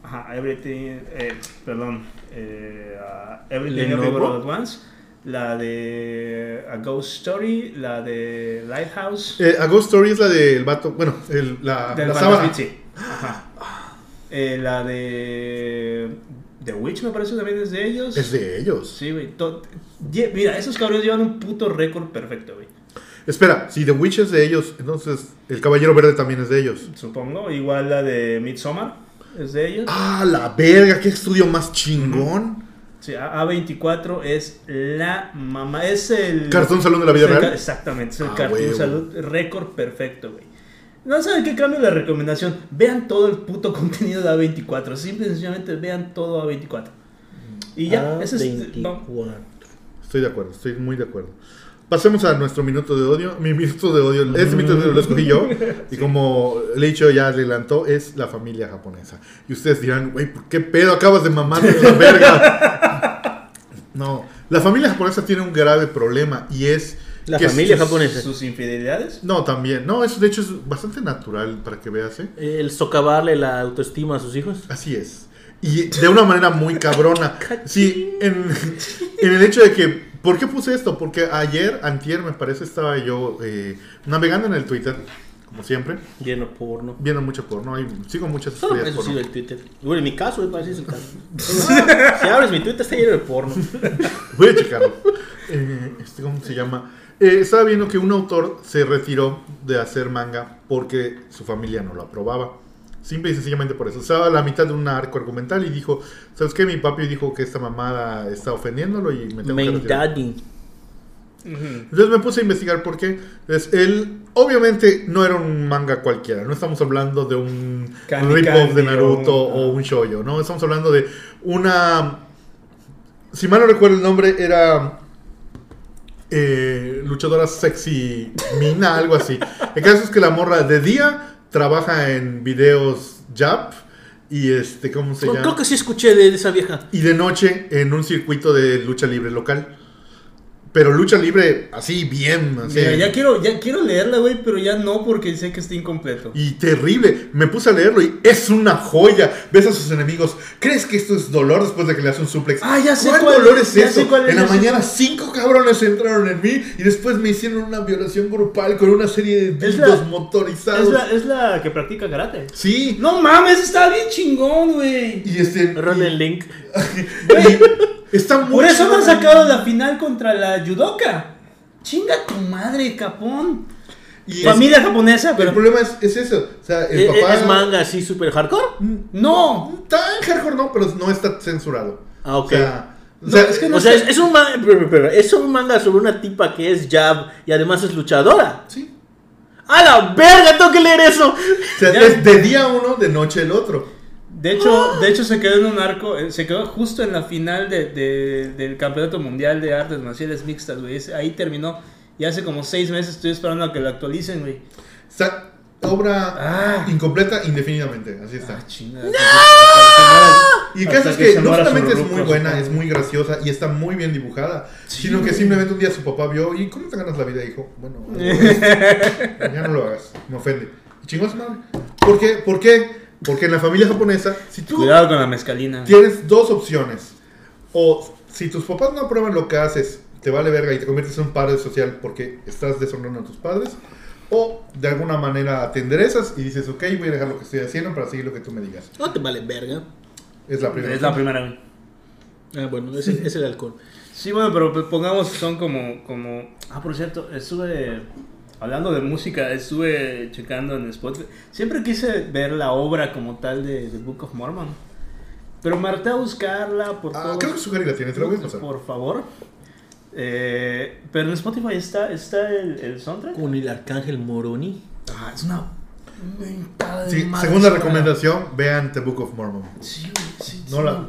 Ajá, Everything. eh, perdón. eh, ah, Everything
¿Lenovo?
Everywhere All at Once. La de A Ghost Story. La de Lighthouse.
Eh, a Ghost Story es la del vato. Bueno, el- la,
del
la sábana.
Bandafici. Ajá. Eh, la de. The Witch, me parece también es de ellos.
Es de ellos.
Sí, güey. to- lle- Mira, esos cabrones llevan un puto récord perfecto, güey.
Espera, si The Witch es de ellos, entonces El Caballero Verde también es de ellos.
Supongo. Igual la de Midsommar es de ellos.
Ah, la verga, qué estudio más chingón.
Sí, A- A24 es la mamá. Es el.
Cartón Salón de la Vida
es el ca-
Real.
Exactamente, es el
Ah,
cartón
huevo.
salud récord perfecto, güey. No saben qué cambio la recomendación. Vean todo el puto contenido de A24. Simple y sencillamente vean todo A24. Y ya,
Ah,
ese es. eh, no.
24.
Estoy de acuerdo, estoy muy de acuerdo. Pasemos a nuestro minuto de odio. Mi minuto de odio, este minuto de odio lo escogí yo. Y como le he dicho, ya adelantó, es la familia japonesa. Y ustedes dirán, güey, ¿por qué pedo acabas de mamar de la verga? No, la familia japonesa tiene un grave problema y es.
La
que
familia
sus-
japonesa.
Sus infidelidades.
No, también. No, eso de hecho es bastante natural para que veas, ¿eh?
El socavarle la autoestima a sus hijos.
Así es. Y de una manera muy cabrona. Sí, en, en el hecho de que. ¿Por qué puse esto? Porque ayer, antier, me parece, estaba yo eh, navegando en el Twitter, como siempre,
Lleno de porno.
viendo mucho porno. Hay, sigo muchas
Solo por
estrellas
eso sirve
porno.
el Twitter. Bueno, en mi caso, güey, para eso es el caso. si abres mi Twitter, está lleno de porno.
Voy a checarlo. Eh, este, ¿Cómo se llama? Eh, estaba viendo que un autor se retiró de hacer manga porque su familia no lo aprobaba. Simple y sencillamente por eso. Estaba a la mitad de un arco argumental y dijo, ¿sabes qué? Mi papi dijo que esta mamada está ofendiéndolo y me tengo que
Main
retirar".
Daddy.
Entonces me puse a investigar por qué. Entonces, él obviamente no era un manga cualquiera. No estamos hablando de un
Candy
rip-off de
Candy o
Naruto
un-
o un shoyo, ¿no? Estamos hablando de una. Si mal no recuerdo el nombre, era. eh, luchadora sexy mina, algo así. El caso es que la morra de día trabaja en videos Jap y este, ¿cómo se
Creo
llama?
que sí escuché de de esa vieja.
Y de noche en un circuito de lucha libre local. Pero lucha libre así, bien. Así.
Mira, ya quiero, ya quiero leerla, güey, pero ya no porque sé que está incompleto.
Y terrible. Me puse a leerlo y es una joya. Ves a sus enemigos. ¿Crees que esto es dolor después de que le hace un suplex?
Ah, ya sé
¿Cuál,
cuál-
dolor es
ya
eso?
sé cuál es
en la
ese.
mañana cinco cabrones entraron en mí y después me hicieron una violación grupal con una serie de
Es
dildos
la-
motorizados.
Es la, es la que practica karate.
Sí.
No mames, está bien chingón, güey.
Y este.
Run el link.
y- está muy
Por eso no han
chingón.
sacado la final contra la judoka. Chinga tu madre, capón.
Y
Familia japonesa,
El
pero
problema es, es eso. O sea, el
Eh, eh,
papá.
Es manga así super hardcore.
no.
Tan hardcore no, pero no está censurado.
Ah, ok.
O sea, o
No,
sea,
es que no
O sea,
sé.
es, es un manga, es un manga sobre una tipa que es jab y además es luchadora.
sí.
¡A la verga! Tengo que leer eso.
O sea,
Ya.
es de día uno, de noche el otro.
De hecho, de hecho se quedó en un arco, eh, se quedó justo en la final de- de- del Campeonato Mundial de Artes Marciales Mixtas, güey. Ese- Ahí terminó. Y hace como seis meses estoy esperando a que lo actualicen, güey.
Sa- obra
Ah.
incompleta indefinidamente, así está.
Ah, chingada. ¡No!
Y el caso es que, no solamente es muy buena, es muy graciosa y está muy bien dibujada, sino que simplemente un día su papá vio, ¿y cómo te ganas la vida, hijo? Bueno, ya no lo hagas, me ofende. Y chingó a su madre. ¿Por qué? ¿Por qué? Porque en la familia japonesa, si tú
Cuidado con la mezcalina.
tienes dos opciones, o si tus papás no aprueban lo que haces, te vale verga y te conviertes en un padre social porque estás deshonrando a tus padres, o de alguna manera te enderezas y dices, ok, voy a dejar lo que estoy haciendo para seguir lo que tú me digas.
No te vale verga.
Es la primera.
Es la
opción.
primera, güey.
Ah, bueno, es el, es el alcohol.
Sí, bueno, pero pues, pongamos que son como, como... Ah, por cierto, estuve... Hablando de música, estuve checando en Spotify. Siempre quise ver la obra como tal de, de Book of Mormon. Pero Marta a buscarla por
Ah,
todos-
creo que su la tiene, te la voy a pasar.
Por favor. Eh, pero en Spotify está, está el, el soundtrack.
Con el arcángel Moroni.
Ah, es una mentada de
Sí,
madre
segunda
esa
recomendación, vean The Book of Mormon.
obra. Sí, güey, sí,
No
sí.
la.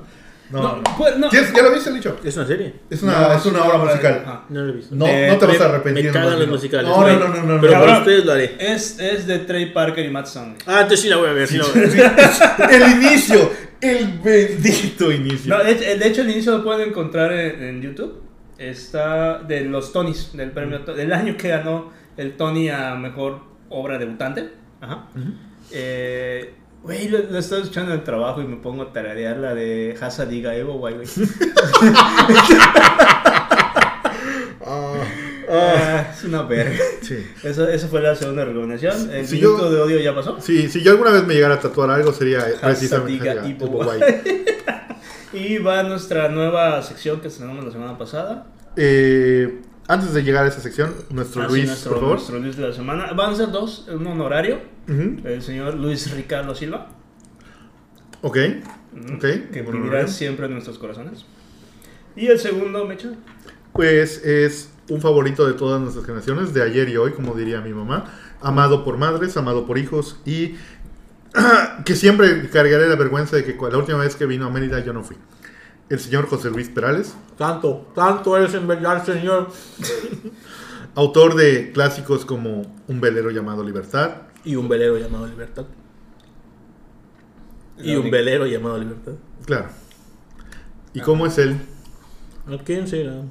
No,
No,
no.
pues, no.
¿Quieres- ¿Ya lo viste, Licho?
Es una serie.
Es una,
No,
es una obra musical.
Ajá.
No lo he visto.
No,
Eh,
no te vas
me-
a arrepentir.
me
no más
cagan los
digo.
musicales.
No,
güey.
no, no, no. no, no.
Pero por
Cabrón.
ustedes lo haré.
Es, es de Trey Parker y Matt Stone. güey.
Ah, entonces sí la voy a ver. Sí la voy a ver.
el inicio. El bendito inicio.
No, de, de hecho, el inicio lo pueden encontrar en, en YouTube. Está de los Tonys, del premio To- del año que ganó el Tony a mejor obra debutante. Ajá. Eh, Güey, lo, lo estaba escuchando en el trabajo y me pongo a tararear la de Hasa Diga Evo, guay, güey.
Ah,
Ah, es una verga.
sí.
Esa, esa fue la segunda recomendación. El
Si
minuto
yo-
de odio ya pasó.
Sí, si yo alguna vez me llegara a tatuar algo sería precisamente
diga
Hashtag
Ibo
Ibo
Guay.
Guay.
Y va nuestra nueva sección que estrenamos la semana pasada.
Eh, Antes de llegar a esa sección, nuestro
Ah, sí,
Luis,
nuestro,
por favor.
nuestro Luis de la semana. Van a ser dos, un honorario.
Ujú,
El señor Luis Ricardo Silva.
Ok,
mm,
ok.
Que
Bueno,
vivirá
bien.
siempre en nuestros corazones. Y el segundo, Mecha.
Pues es un favorito de todas nuestras generaciones, de ayer y hoy, como diría mi mamá. Amado por madres, amado por hijos y que siempre cargaré la vergüenza de que cu- la última vez que vino a Mérida yo no fui. El señor José Luis Perales,
Tanto, tanto eres en verdad, señor.
autor de clásicos como Un velero llamado Libertad,
Y un velero llamado Libertad. Y
La
un
única.
velero llamado Libertad.
claro. ¿Y cómo es él?
¿A quién será?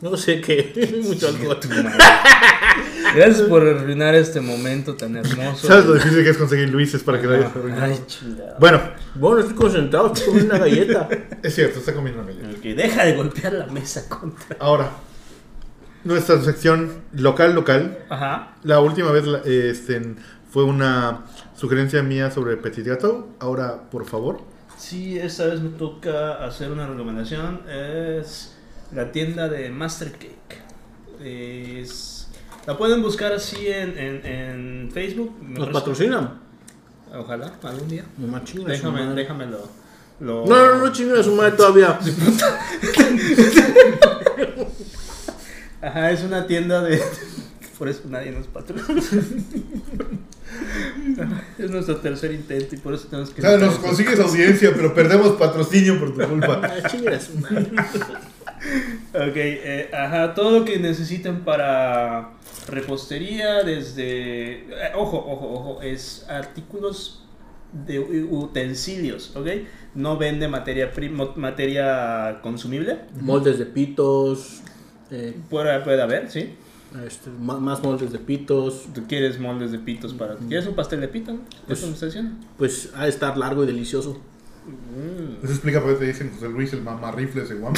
No sé qué. Mucho alcohol.
Gracias por arruinar este momento tan hermoso.
¿Sabes lo difícil que es conseguir Luises para que la hayas arruinado?
Ay, chingado.
Bueno,
Bueno, estoy concentrado, estoy comiendo una galleta.
es cierto, está comiendo una galleta.
Que deja de golpear la mesa contra.
Ahora, nuestra sección local, local.
Ajá.
La última vez la- eh, este, en- fue una sugerencia mía sobre Petit Gato. Ahora, por favor.
Sí, esta vez me toca hacer una recomendación. Es la tienda de Master Cake. Es- La pueden buscar así en, en- en Facebook. Me
¿Nos
parece-
patrocinan?
Ojalá, algún día.
No más chingas.
Déjame, déjamelo. Lo...
No, no, no chingas a su madre todavía.
Ajá, es una tienda de. Por eso nadie nos patrocina. es nuestro tercer intento y por eso tenemos que.
audiencia, pero perdemos patrocinio por tu culpa.
Ah, chingas a su madre.
Ok, eh, ajá, todo lo que necesiten para repostería, desde... eh, ojo, ojo, ojo, es artículos de u- utensilios, ¿ok? No vende materia, prim- mo- materia consumible,
Moldes de pitos. eh,
puede, puede haber, ¿sí?
este, ma- más moldes de pitos.
Tú quieres moldes de pitos para... ¿Quieres un pastel de pito? no?
Pues-
¿Eso me está diciendo?
Pues ha de estar largo y delicioso.
Eso explica por qué te dicen José Luis el mamarrifles de Guam.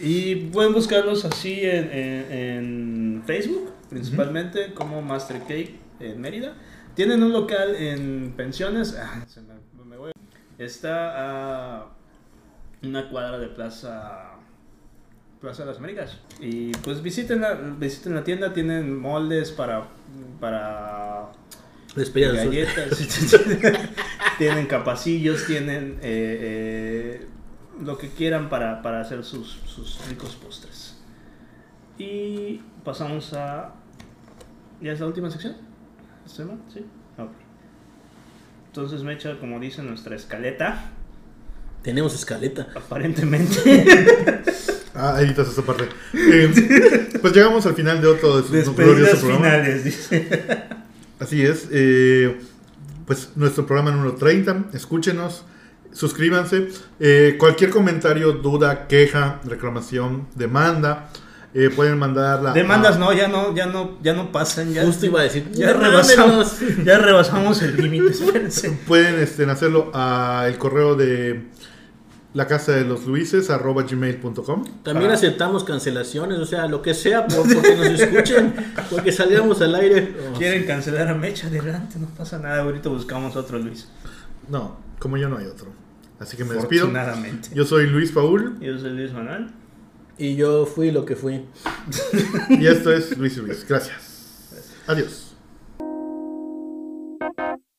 Y pueden buscarlos así en, en- en Facebook, principalmente, como Master Cake en Mérida. Tienen un local en pensiones. Ah, se me- me voy. Está a una cuadra de Plaza Plaza de las Américas. Y pues visiten la, visiten la tienda, tienen moldes para, para
Despedida de sol.
galletas, tienen capacillos, tienen eh, eh, lo que quieran para, para hacer sus, sus ricos postres. Y pasamos a... ¿Ya es la última sección? ¿Estoy mal? ¿Sí? Ok. Entonces me echa, como dice nuestra escaleta,
Tenemos escaleta.
aparentemente
Ah, editas esa parte. Eh, pues llegamos al final de otro de sus
Despedidas
gloriosos programas.
finales, dice.
Así es. eh, pues nuestro programa número 30. Escúchenos. Suscríbanse. Eh, cualquier comentario, duda, queja, reclamación, demanda, eh, pueden mandarla. a-
Demandas no, ya no, ya no, ya no pasan, ya.
Justo iba a decir,
Ya rebasamos, ya rebasamos el límite, espérense.
Pueden este, hacerlo a el correo de la casa de los luises arroba gmail.com.
También aceptamos cancelaciones, o sea, lo que sea, por- porque nos escuchen, porque salgamos al aire.
Quieren cancelar a Mecha, adelante, no pasa nada. Ahorita buscamos otro Luis.
No, como yo no hay otro. Así que me despido.
Afortunadamente.
Yo soy Luis Paul
Yo soy Luis Manuel.
Y yo fui lo que fui.
y esto es Luis y Luis. Gracias. Adiós.